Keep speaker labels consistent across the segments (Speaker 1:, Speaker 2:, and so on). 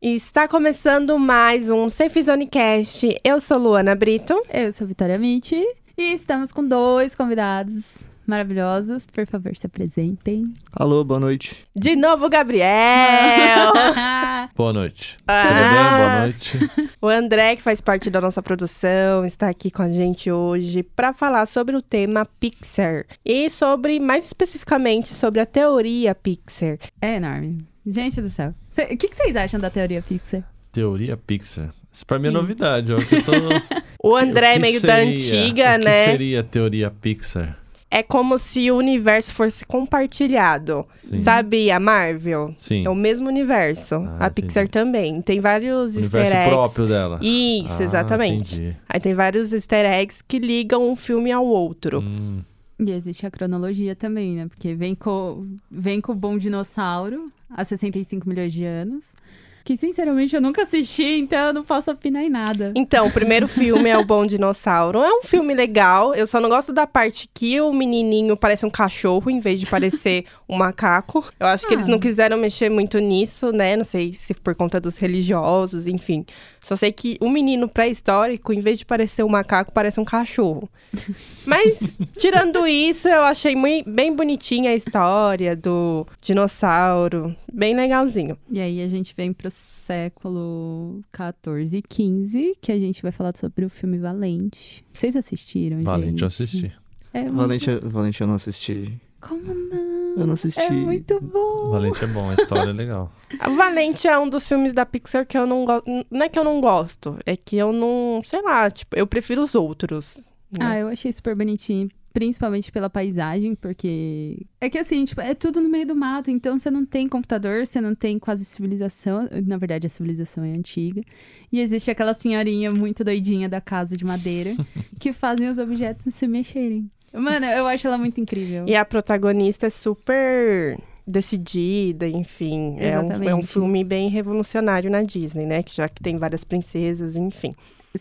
Speaker 1: Está começando mais um Cast. Eu sou Luana Brito.
Speaker 2: Eu sou Vitória Mitty e estamos com dois convidados maravilhosos. Por favor, se apresentem.
Speaker 3: Alô, boa noite.
Speaker 1: De novo, Gabriel.
Speaker 4: Boa noite. Tudo bem? Boa
Speaker 1: Ah,
Speaker 4: noite.
Speaker 1: o André, que faz parte da nossa produção, está aqui com a gente hoje para falar sobre o tema Pixar e sobre, mais especificamente, sobre a teoria Pixar.
Speaker 2: é enorme. Gente do céu. Cê- O que, que vocês acham da teoria Pixar?
Speaker 4: Teoria Pixar. Isso pra mim é novidade. ó, que Eu tô...
Speaker 1: O André é
Speaker 4: O que
Speaker 1: meio da
Speaker 4: seria-
Speaker 1: antiga,
Speaker 4: o que
Speaker 1: né?
Speaker 4: seria teoria Pixar?
Speaker 1: É como se o universo fosse compartilhado.
Speaker 4: Sim.
Speaker 1: Sabe a Marvel?
Speaker 4: Sim.
Speaker 1: É o mesmo universo.
Speaker 4: Ah,
Speaker 1: a Pixar
Speaker 4: entendi.
Speaker 1: também. Tem vários
Speaker 4: O universo
Speaker 1: easter eggs.
Speaker 4: próprio dela.
Speaker 1: Isso,
Speaker 4: Ah,
Speaker 1: exatamente.
Speaker 4: entendi.
Speaker 1: Aí tem vários easter eggs que ligam um filme ao outro.
Speaker 4: Hum,
Speaker 2: E existe a cronologia também, né? Porque vem com, vem com o Bom Dinossauro há 65 milhões de anos. Que sinceramente eu nunca assisti, então eu não posso opinar em nada.
Speaker 1: Então, o primeiro filme é O Bom Dinossauro. É um filme legal, eu só não gosto da parte que o menininho parece um cachorro em vez de parecer um macaco. Eu acho que eles
Speaker 2: Ah.
Speaker 1: não quiseram mexer muito nisso, né? Não sei se por conta dos religiosos, enfim. Só sei que o menino pré-histórico, em vez de parecer um macaco, parece um cachorro. Mas, tirando isso, eu achei mui- bem bonitinha a história do dinossauro. Bem legalzinho.
Speaker 2: E aí a gente vem pro século 14 e 15, que a gente vai falar sobre o filme Valente. Vocês assistiram, gente?
Speaker 4: Valente, eu assisti.
Speaker 2: É muito-
Speaker 3: Valente, Valente, eu não assisti.
Speaker 2: Como não?
Speaker 3: Eu não assisti.
Speaker 2: É muito bom.
Speaker 4: Valente é bom, a história é legal.
Speaker 1: O Valente é um dos filmes da Pixar que eu não gosto. Não é que eu não gosto, é que eu não. Sei lá, tipo, eu prefiro os outros.
Speaker 2: Ah, eu achei super bonitinho. Principalmente pela paisagem, porque. É que assim, tipo, é tudo no meio do mato, então você não tem computador, você não tem quase civilização. Na verdade, a civilização é antiga. E existe aquela senhorinha muito doidinha da casa de madeira que fazem os objetos se mexerem. Mano, eu acho ela muito incrível.
Speaker 1: E a protagonista é super decidida, enfim. É um, é um
Speaker 2: Exatamente.
Speaker 1: filme bem revolucionário na Disney, né? Que já que tem várias princesas, enfim.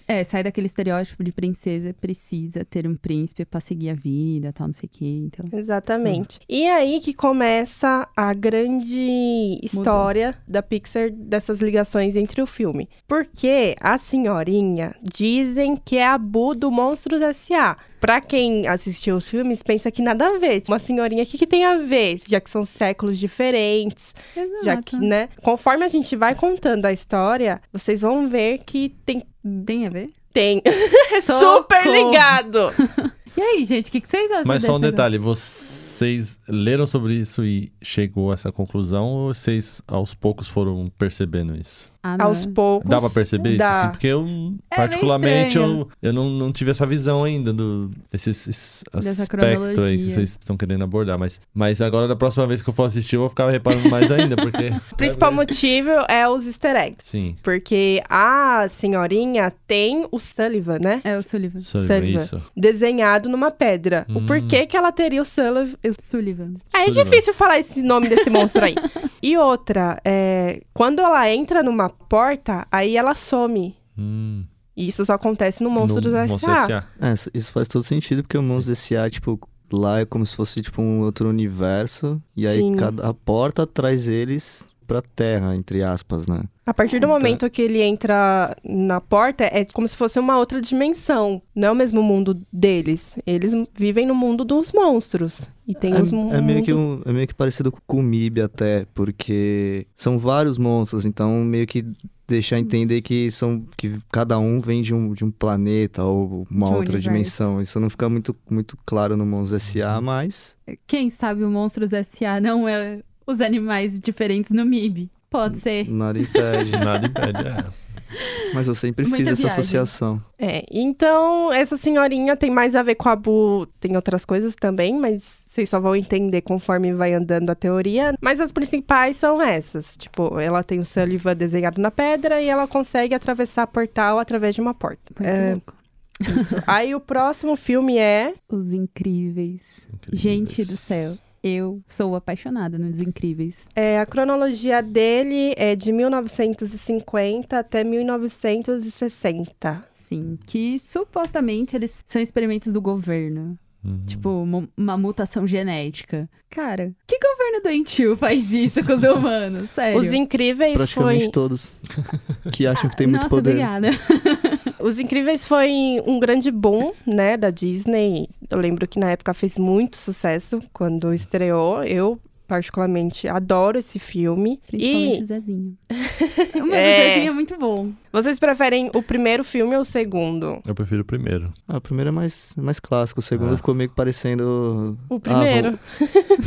Speaker 2: É, sai daquele estereótipo de princesa precisa ter um príncipe pra seguir a vida, tal, não sei o quê. Então.
Speaker 1: Exatamente. E aí que começa a grande história da Pixar dessas ligações entre o filme. Porque a senhorinha dizem que é a Bu do Monstros S.A. Pra quem assistiu os filmes, pensa que nada a ver. Tipo, Uma senhorinha, o que, que tem a ver? Já que são séculos diferentes,
Speaker 2: Exato.
Speaker 1: já que, né? Conforme a gente vai contando a história, vocês vão ver que tem.
Speaker 2: Tem a ver?
Speaker 1: Tem. É super
Speaker 2: Socorro!
Speaker 1: ligado!
Speaker 2: E aí, gente, o que, que vocês acham?
Speaker 4: Mas só um
Speaker 2: desse negócio?
Speaker 4: detalhe, vocês leram sobre isso e chegou a essa conclusão ou vocês aos poucos foram percebendo isso?
Speaker 2: Ah, não.
Speaker 1: Aos poucos.
Speaker 4: Dá pra perceber isso?
Speaker 1: dá.
Speaker 4: assim? porque eu,
Speaker 2: É
Speaker 4: particularmente,
Speaker 2: meio
Speaker 4: eu, eu não, não tive essa visão ainda do, desse es-
Speaker 2: Dessa
Speaker 4: aspecto aí que
Speaker 2: cronologia.
Speaker 4: vocês estão querendo abordar. Mas, mas agora, da próxima vez que eu for assistir, eu vou ficar reparando mais ainda, porque...
Speaker 1: O principal motivo é os easter eggs.
Speaker 4: Sim,
Speaker 1: Porque a senhorinha tem o Sullivan, né?
Speaker 2: É o Sullivan.
Speaker 4: Sullivan,
Speaker 1: Sullivan.
Speaker 4: isso.
Speaker 1: Desenhado numa pedra. O
Speaker 4: Hum.
Speaker 1: porquê que ela teria o Sullivan.
Speaker 2: Sullivan.
Speaker 1: Ah, É
Speaker 4: Sullivan.
Speaker 1: difícil falar esse nome desse monstro aí. E outra, é, quando ela entra numa porta, aí ela some.
Speaker 4: Hum,
Speaker 1: E isso só acontece no Monstro
Speaker 4: no
Speaker 1: do
Speaker 4: Monstro
Speaker 1: S.A.
Speaker 4: S.A..
Speaker 3: É, isso- isso faz todo sentido, porque o Monstro S.A., tipo, lá é como se fosse, tipo, um outro universo. E aí
Speaker 1: Sim.
Speaker 3: cada, a porta traz eles pra Terra, entre aspas, né?
Speaker 1: A partir do
Speaker 3: Então-
Speaker 1: momento que ele entra na porta, é como se fosse uma outra dimensão. Não é o mesmo mundo deles. Eles vivem no mundo dos monstros. E tem os
Speaker 3: É, é
Speaker 1: mundos...
Speaker 3: meio que um- é meio que parecido com o Mib até, porque são vários monstros, então meio que deixar entender que são que cada um vem de um, de um planeta ou uma
Speaker 2: De um
Speaker 3: outra
Speaker 2: universo.
Speaker 3: dimensão. Isso não fica muito, muito claro no Monstros S.A., mas
Speaker 2: Quem sabe o Monstros S.A. não é os animais diferentes no MIB. Pode
Speaker 4: Hum.
Speaker 2: ser.
Speaker 3: nada impede.
Speaker 4: Nada impede, é.
Speaker 3: mas eu sempre
Speaker 2: Muita
Speaker 3: fiz essa
Speaker 2: viagem.
Speaker 3: associação.
Speaker 1: É, então essa senhorinha tem mais a ver com a Bu, tem outras coisas também, mas vocês só vão entender conforme vai andando a teoria. Mas as principais são essas, tipo, ela tem o Sullivan desenhado na pedra e ela consegue atravessar portal através de uma porta.
Speaker 2: Muito
Speaker 1: É,
Speaker 2: louco.
Speaker 1: isso. Aí o próximo filme é
Speaker 2: Os Incríveis.
Speaker 4: Incríveis.
Speaker 2: Gente do céu. Eu sou apaixonada nos Incríveis.
Speaker 1: É, a cronologia dele é de 1950 até 1960.
Speaker 2: Sim. Que supostamente eles são experimentos do governo.
Speaker 4: Uhum.
Speaker 2: Tipo, uma, uma mutação genética. Cara, que governo doentio faz isso com os humanos? Sério.
Speaker 1: Os Incríveis
Speaker 3: Praticamente
Speaker 1: foi...
Speaker 3: todos que acham que tem muito
Speaker 2: Ah, Nossa,
Speaker 3: poder.
Speaker 2: obrigada.
Speaker 1: Os Incríveis foi um grande boom, né, da Disney. Eu lembro que na época fez muito sucesso quando estreou. Eu, particularmente, adoro esse filme.
Speaker 2: Principalmente
Speaker 1: E
Speaker 2: o Zezinho. o meu
Speaker 1: É.
Speaker 2: Zezinho é muito bom.
Speaker 1: vocês preferem o primeiro filme ou o segundo?
Speaker 4: Eu prefiro o primeiro.
Speaker 3: Ah, o primeiro é mais, mais clássico, o segundo
Speaker 4: Ah.
Speaker 3: ficou meio que parecendo.
Speaker 1: O primeiro.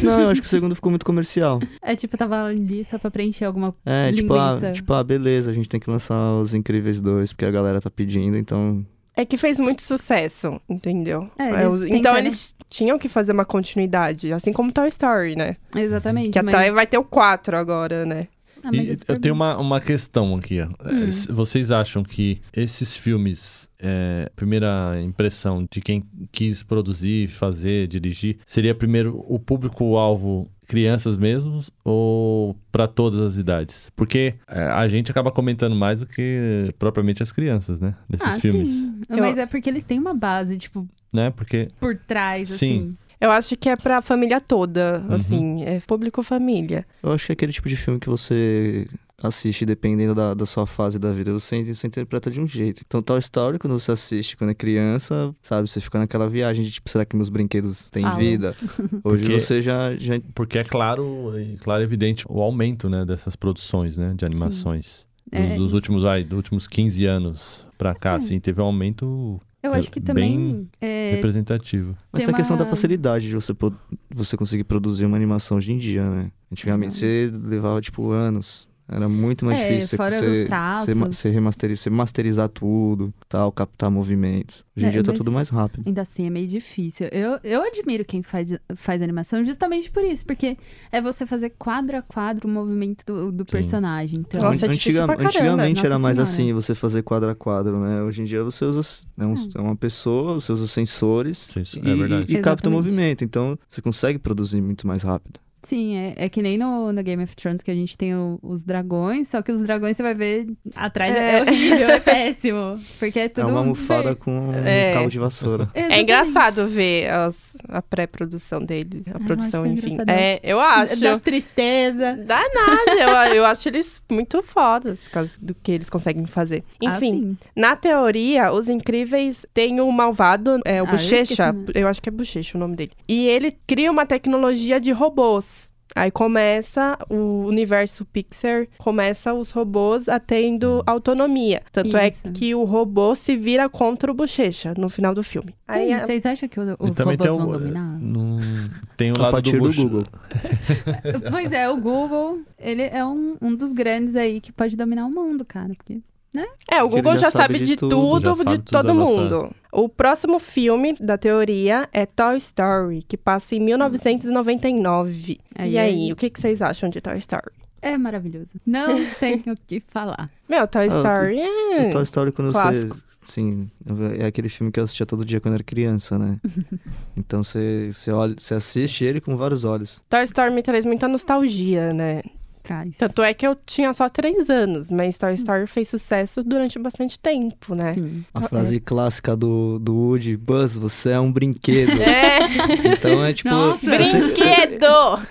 Speaker 3: Não, eu acho que o segundo ficou muito comercial.
Speaker 2: É tipo, tava ali só pra preencher alguma
Speaker 3: É, tipo
Speaker 2: Linguiça.
Speaker 3: ah, tipo, ah, beleza, a gente tem que lançar os Incríveis 2, porque a galera tá pedindo, então.
Speaker 1: É que fez muito sucesso, entendeu?
Speaker 2: É,
Speaker 1: É,
Speaker 2: eles
Speaker 1: os- Então
Speaker 2: tentaram-
Speaker 1: eles tinham que fazer uma continuidade, assim como Toy Story, né?
Speaker 2: Exatamente.
Speaker 1: Que
Speaker 2: mas...
Speaker 1: até vai ter o 4 agora, né?
Speaker 2: Ah,
Speaker 4: E
Speaker 2: mas é super
Speaker 4: eu tenho
Speaker 2: bom.
Speaker 4: uma, uma questão aqui. ó. É,
Speaker 2: Hum.
Speaker 4: s- Vocês acham que esses filmes, é, primeira impressão de quem quis produzir, fazer, dirigir, seria primeiro o público-alvo crianças mesmos ou para todas as idades? Porque é, a gente acaba comentando mais do que propriamente as crianças, né? Nesses
Speaker 2: Ah,
Speaker 4: filmes.
Speaker 2: sim.
Speaker 1: Eu-
Speaker 2: Mas é porque eles têm uma base, tipo,
Speaker 4: Né? Porque
Speaker 2: por trás, assim.
Speaker 4: Sim.
Speaker 1: Eu acho que é pra família toda,
Speaker 4: Uhum.
Speaker 1: assim, é público família.
Speaker 3: Eu acho que é aquele tipo de filme que você assiste dependendo da, da sua fase da vida, você, você interpreta de um jeito. Então, Toy Story, quando você assiste quando é criança, sabe, você fica naquela viagem de tipo, será que meus brinquedos têm
Speaker 2: Falam.
Speaker 3: vida? Hoje
Speaker 4: Porque-
Speaker 3: você já, já
Speaker 4: Porque é claro, é claro e evidente o aumento né, dessas produções né, de animações. Dos,
Speaker 2: É.
Speaker 4: dos últimos, ai, dos últimos 15 anos pra cá, assim, teve um aumento
Speaker 2: Eu
Speaker 4: É
Speaker 2: acho que
Speaker 4: bem
Speaker 2: também é,
Speaker 4: representativo.
Speaker 3: Mas
Speaker 2: Tem
Speaker 3: tem, a questão da
Speaker 2: uma-
Speaker 3: facilidade de você, po- você conseguir produzir uma animação hoje em dia, né? Antigamente
Speaker 2: Uhum.
Speaker 3: você levava, tipo, anos. Era muito mais
Speaker 2: É,
Speaker 3: difícil
Speaker 2: fora
Speaker 3: você,
Speaker 2: os
Speaker 3: você
Speaker 2: traços.
Speaker 3: ma- você remasteriz- você masterizar tudo, tal, captar movimentos. Hoje em
Speaker 2: É,
Speaker 3: dia tá
Speaker 2: mas-
Speaker 3: tudo mais rápido.
Speaker 2: ainda assim é meio difícil. Eu, eu admiro quem faz, faz animação justamente por isso, porque é você fazer quadro a quadro o movimento do, do
Speaker 4: Sim.
Speaker 2: personagem. Então,
Speaker 1: Nossa, é difícil pra caramba,
Speaker 3: antigamente
Speaker 2: nossa
Speaker 3: era mais
Speaker 2: senhora.
Speaker 3: assim, você fazer quadro a quadro, né? Hoje em dia você usa é um- é uma pessoa, você usa sensores
Speaker 4: Senso-
Speaker 3: e,
Speaker 4: é verdade.
Speaker 3: e capta o
Speaker 2: Exatamente.
Speaker 3: movimento. Então você consegue produzir muito mais rápido.
Speaker 2: sim, é, é que nem no, no Game of Thrones que a gente tem o- os dragões, só que os dragões você vai ver atrás é,
Speaker 1: É.
Speaker 2: horrível, é péssimo. Porque é tudo.
Speaker 3: é uma almofada com um
Speaker 1: É.
Speaker 3: cabo de vassoura.
Speaker 1: É engraçado ver as- a pré-produção deles, a
Speaker 2: não
Speaker 1: produção,
Speaker 2: acho tão
Speaker 1: enfim.
Speaker 2: engraçado, não.
Speaker 1: É, eu
Speaker 2: Acho.
Speaker 1: acho.
Speaker 2: Da tristeza.
Speaker 1: Dá nada, eu, eu acho eles muito fodas por causa do que eles conseguem fazer.
Speaker 2: Ah,
Speaker 1: Enfim, na teoria, os incríveis têm um malvado, é o
Speaker 2: Ah, eu esqueci
Speaker 1: Bochecha,
Speaker 2: o nome.
Speaker 1: eu acho que é Bochecha o nome dele. E ele cria uma tecnologia de robôs. Aí começa o universo Pixar, começa os robôs a tendo autonomia. Tanto é
Speaker 2: Isso.
Speaker 1: que o robô se vira contra o Bochecha no final do filme. Aí é
Speaker 2: Aí,
Speaker 1: a-
Speaker 2: vocês acham que o-
Speaker 4: E
Speaker 2: os
Speaker 4: também
Speaker 2: robôs
Speaker 4: tem né?
Speaker 2: vão
Speaker 4: o-
Speaker 2: dominar?
Speaker 4: Num- tem o
Speaker 3: A
Speaker 4: lado
Speaker 3: partir do
Speaker 4: bucho-
Speaker 3: Google.
Speaker 2: Pois é, o Google, ele é um, um dos grandes aí que pode dominar o mundo, cara. Porque
Speaker 1: É, o
Speaker 3: Porque ele
Speaker 1: Google
Speaker 3: já
Speaker 1: já
Speaker 3: sabe
Speaker 1: sabe
Speaker 3: de
Speaker 1: de
Speaker 3: tudo,
Speaker 1: tudo,
Speaker 4: já sabe
Speaker 1: de
Speaker 4: tudo da
Speaker 1: todo
Speaker 4: nossa-
Speaker 1: mundo. O próximo filme da teoria é Toy Story, que passa em 1999.
Speaker 2: Aí,
Speaker 1: É, e aí,
Speaker 2: aí.
Speaker 1: o que, que vocês acham de Toy Story?
Speaker 2: é maravilhoso. Não tenho o que falar.
Speaker 1: Meu, Toy
Speaker 3: eu tô-
Speaker 1: Story
Speaker 3: O
Speaker 1: é...
Speaker 3: Toy Story, quando
Speaker 1: Clássico.
Speaker 3: você. Sim, é aquele filme que eu assistia todo dia quando era criança, né? então você, você, olha, você assiste ele com vários olhos.
Speaker 1: Toy Story me traz muita nostalgia, né?
Speaker 2: Traz.
Speaker 1: Tanto é que eu tinha só três anos, mas Toy Story fez sucesso durante bastante tempo, né?
Speaker 2: Sim.
Speaker 3: A frase clássica do, do Woody, Buzz, você é um brinquedo.
Speaker 1: É,
Speaker 3: Então é tipo.
Speaker 2: Nossa!
Speaker 3: Eu, se-
Speaker 1: brinquedo!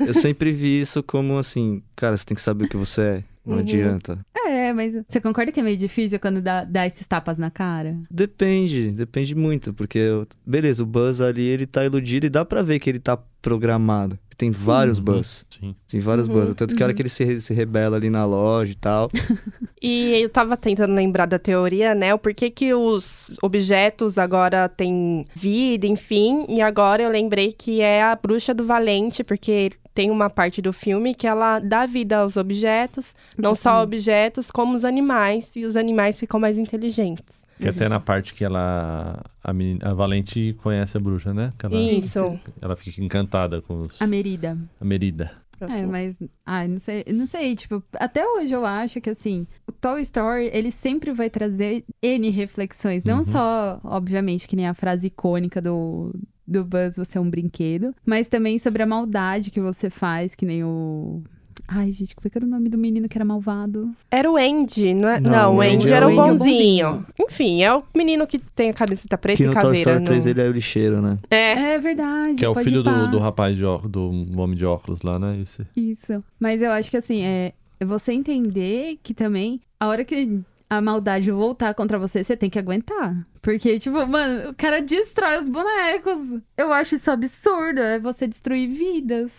Speaker 3: eu sempre vi isso como assim, cara, você tem que saber o que você é. Não
Speaker 1: Uhum.
Speaker 3: adianta.
Speaker 2: É, mas você concorda que é meio difícil quando dá, dá esses tapas na cara?
Speaker 3: Depende, depende muito, porque eu- beleza, o Buzz ali, ele tá iludido e dá pra ver que ele tá programado. Tem vários
Speaker 4: Uhum.
Speaker 3: Buzz,
Speaker 4: Sim.
Speaker 3: tem vários
Speaker 1: Uhum,
Speaker 3: Buzz. Tanto que a hora
Speaker 2: uhum.
Speaker 3: que ele se, re- se rebela ali na loja e tal,
Speaker 1: E eu tava tentando lembrar da teoria, né? O porquê que os objetos agora têm vida, enfim. E agora eu lembrei que é a bruxa do valente, porque tem uma parte do filme que ela dá vida aos objetos, não
Speaker 2: Uhum.
Speaker 1: só objetos, como os animais, e os animais ficam mais inteligentes.
Speaker 4: Que até na parte que ela. A, menina- a Valente conhece a bruxa, né? Que ela,
Speaker 1: Isso.
Speaker 4: ela fica encantada com os,
Speaker 2: A Merida.
Speaker 4: a Merida.
Speaker 2: É, mas. Ai, não sei, não sei, tipo, até hoje eu acho que assim, o Toy Story, ele sempre vai trazer N reflexões. Não
Speaker 4: Uhum.
Speaker 2: só, obviamente, que nem a frase icônica do. Do Buzz, você é um brinquedo. Mas também sobre a maldade que você faz, que nem o. Ai, gente, como é que era o nome do menino que era malvado?
Speaker 1: Era o Andy, não é? Não,
Speaker 3: Não,
Speaker 1: o Andy, era o
Speaker 2: Andy é o
Speaker 1: bonzinho.
Speaker 2: bonzinho.
Speaker 1: Enfim, é o menino que tem a cabecita preta
Speaker 3: Que
Speaker 1: e
Speaker 3: no Toy
Speaker 1: caveira.
Speaker 3: Story
Speaker 1: no-
Speaker 3: 3 ele é o lixeiro, né?
Speaker 1: É,
Speaker 2: É verdade.
Speaker 4: Que é o
Speaker 2: pode
Speaker 4: filho do,
Speaker 2: pá.
Speaker 4: do rapaz de óculos, do homem de óculos lá, né? Esse.
Speaker 2: Isso. Mas eu acho que assim, é é você entender que também a hora que a maldade voltar contra você, você tem que aguentar. Porque, tipo, mano, o cara destrói os bonecos. Eu acho isso absurdo. É você destruir vidas.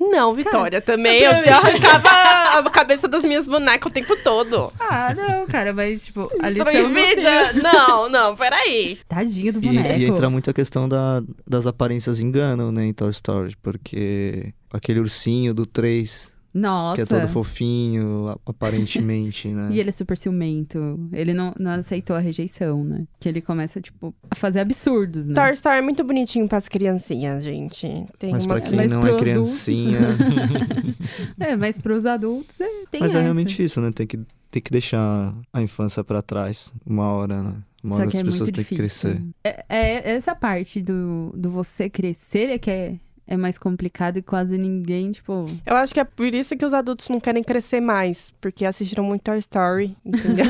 Speaker 1: Não, Vitória, também. Eu
Speaker 2: eu também.
Speaker 1: arrancava a cabeça das minhas bonecas o tempo todo.
Speaker 2: Ah, não, cara, mas, tipo, a
Speaker 1: Destruir
Speaker 2: lição não tem.
Speaker 1: vida? Não, não, peraí.
Speaker 2: Tadinho do
Speaker 3: E,
Speaker 2: boneco.
Speaker 3: e entra um muito a questão da, das aparências enganam, né, em Toy Story, porque aquele ursinho do 3,
Speaker 2: Nossa.
Speaker 3: que é todo fofinho, a- aparentemente, né?
Speaker 2: E ele é super ciumento. Ele não, não aceitou a rejeição, né? Que ele começa, tipo, a fazer absurdos, né?
Speaker 1: Toy Story é muito bonitinho pras criancinhas, gente. Tem
Speaker 3: Mas pra
Speaker 1: umas-
Speaker 3: quem
Speaker 2: Mas
Speaker 3: não
Speaker 2: pros
Speaker 3: é
Speaker 2: adultos.
Speaker 3: criancinha.
Speaker 2: É, mas pros adultos é, tem
Speaker 3: mas
Speaker 2: essa.
Speaker 3: é realmente isso, né? Tem que, tem que deixar a infância pra trás uma hora, né? Uma
Speaker 2: Só
Speaker 3: hora
Speaker 2: que
Speaker 3: as
Speaker 2: é
Speaker 3: pessoas
Speaker 2: muito
Speaker 3: têm que
Speaker 2: difícil.
Speaker 3: crescer.
Speaker 2: É, é essa parte do, do você crescer é que é, é mais complicado e quase ninguém, tipo...
Speaker 1: Eu acho que é por isso que os adultos não querem crescer mais, porque assistiram muito Toy Story, entendeu?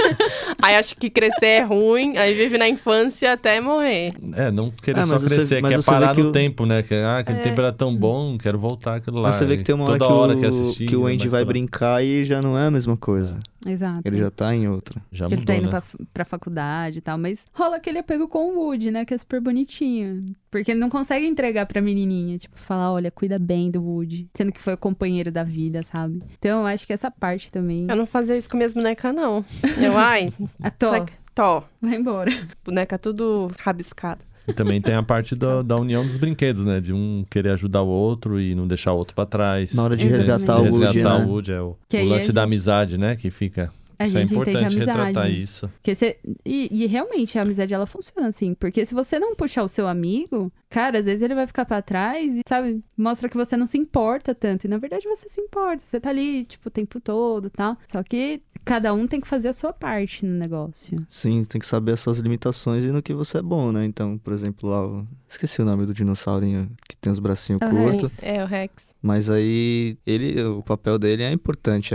Speaker 1: aí acho que crescer é ruim, aí vive na infância até morrer.
Speaker 4: É, não querer
Speaker 3: Ah,
Speaker 4: só
Speaker 3: mas você-
Speaker 4: crescer,
Speaker 3: mas
Speaker 4: quer
Speaker 3: você
Speaker 4: parar
Speaker 3: vê que
Speaker 4: no
Speaker 3: o-
Speaker 4: tempo, né? Que, ah, aquele
Speaker 1: É.
Speaker 4: tempo era tão bom, quero voltar aquilo lá.
Speaker 3: Mas você vê
Speaker 4: E
Speaker 3: que tem uma hora que,
Speaker 4: toda
Speaker 3: o,
Speaker 4: hora quer assistir,
Speaker 3: que o
Speaker 4: né,
Speaker 3: Andy
Speaker 4: mas
Speaker 3: vai
Speaker 4: pronto,
Speaker 3: brincar e já não é a mesma coisa.
Speaker 2: Exato.
Speaker 3: Ele já tá em outra.
Speaker 4: Já
Speaker 2: que
Speaker 4: mudou,
Speaker 2: ele tá indo
Speaker 4: né?
Speaker 2: pra, pra faculdade e tal, mas rola aquele apego com o Woody, né? Que é super bonitinho. Porque ele não consegue entregar pra menininha, tipo, falar, olha, cuida bem do Woody. Sendo que foi o companheiro da vida, sabe? Então, eu acho que essa parte também...
Speaker 1: Eu não fazia isso com minhas bonecas, não. Eu, ai,
Speaker 2: A Tó,
Speaker 1: Só que- tô,
Speaker 2: vai embora.
Speaker 1: boneca tudo rabiscada.
Speaker 4: E também tem a parte
Speaker 2: Tá.
Speaker 4: da- da união dos brinquedos, né? De um querer ajudar o outro e não deixar o outro pra trás.
Speaker 3: Na hora de
Speaker 2: Exatamente.
Speaker 3: resgatar o
Speaker 4: resgatar
Speaker 3: Woody,
Speaker 4: Resgatar
Speaker 3: né?
Speaker 4: o Woody é o,
Speaker 2: Que
Speaker 4: o
Speaker 2: aí a
Speaker 4: lance da
Speaker 2: gente-
Speaker 4: amizade, né? Que fica.
Speaker 2: A
Speaker 4: Isso é
Speaker 2: gente entende a
Speaker 4: importante retratar
Speaker 2: amizade.
Speaker 4: isso. É.
Speaker 2: Porque você... e, e realmente a amizade ela funciona assim. Porque se você não puxar o seu amigo, cara, às vezes ele vai ficar pra trás e, sabe, mostra que você não se importa tanto. E na verdade você se importa. Você tá ali, tipo, o tempo todo e tal. Só que cada um tem que fazer a sua parte no negócio.
Speaker 3: Sim, tem que saber as suas limitações e no que você é bom, né? Então, por exemplo, lá, o- esqueci o nome do dinossaurinho que tem os bracinhos
Speaker 2: Ah,
Speaker 3: curtos.
Speaker 1: É, o Rex.
Speaker 3: Mas aí, ele, o papel dele é importante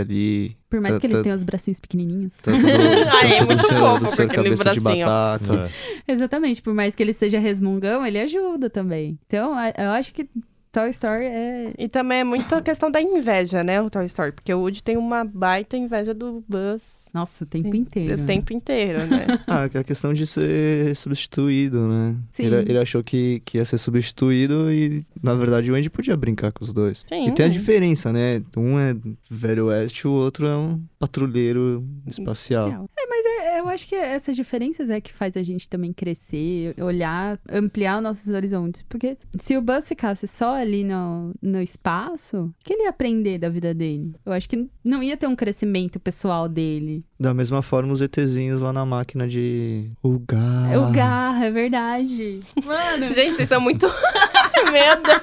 Speaker 3: ali.
Speaker 2: Por mais
Speaker 3: Tá-
Speaker 2: que ele
Speaker 3: tá-
Speaker 2: tenha os bracinhos pequenininhos.
Speaker 3: Tanto do,
Speaker 1: Ai, é
Speaker 3: tanto do
Speaker 1: muito
Speaker 3: seu,
Speaker 1: fofo
Speaker 3: do seu
Speaker 1: aquele
Speaker 3: cabeça de
Speaker 1: bracinho.
Speaker 3: batata.
Speaker 2: Tá
Speaker 4: É.
Speaker 2: Exatamente. Por mais que ele seja resmungão, ele ajuda também. Então, a- eu acho que Toy Story é...
Speaker 1: E também é muito a questão da inveja, né, o Toy Story. Porque o Woody tem uma baita inveja do Buzz
Speaker 2: Nossa, o tempo inteiro.
Speaker 1: o tempo inteiro, né?
Speaker 3: Ah, que é a questão de ser substituído, né?
Speaker 2: Sim.
Speaker 3: Ele, ele achou que, que ia ser substituído e, na verdade, o Andy podia brincar com os dois.
Speaker 1: Sim.
Speaker 3: E tem a diferença, né? Um é velho oeste, o outro é um patrulheiro espacial.
Speaker 2: É, mas é- eu acho que essas diferenças é que faz a gente também crescer, olhar, ampliar os nossos horizontes. Porque se o Buzz ficasse só ali no, no espaço, o que ele ia aprender da vida dele? Eu acho que não ia ter um crescimento pessoal dele.
Speaker 3: Da mesma forma, os ETzinhos lá na máquina de... O
Speaker 2: É
Speaker 3: Garra.
Speaker 2: O garra, é verdade. Mano,
Speaker 1: Gente, vocês são muito merda.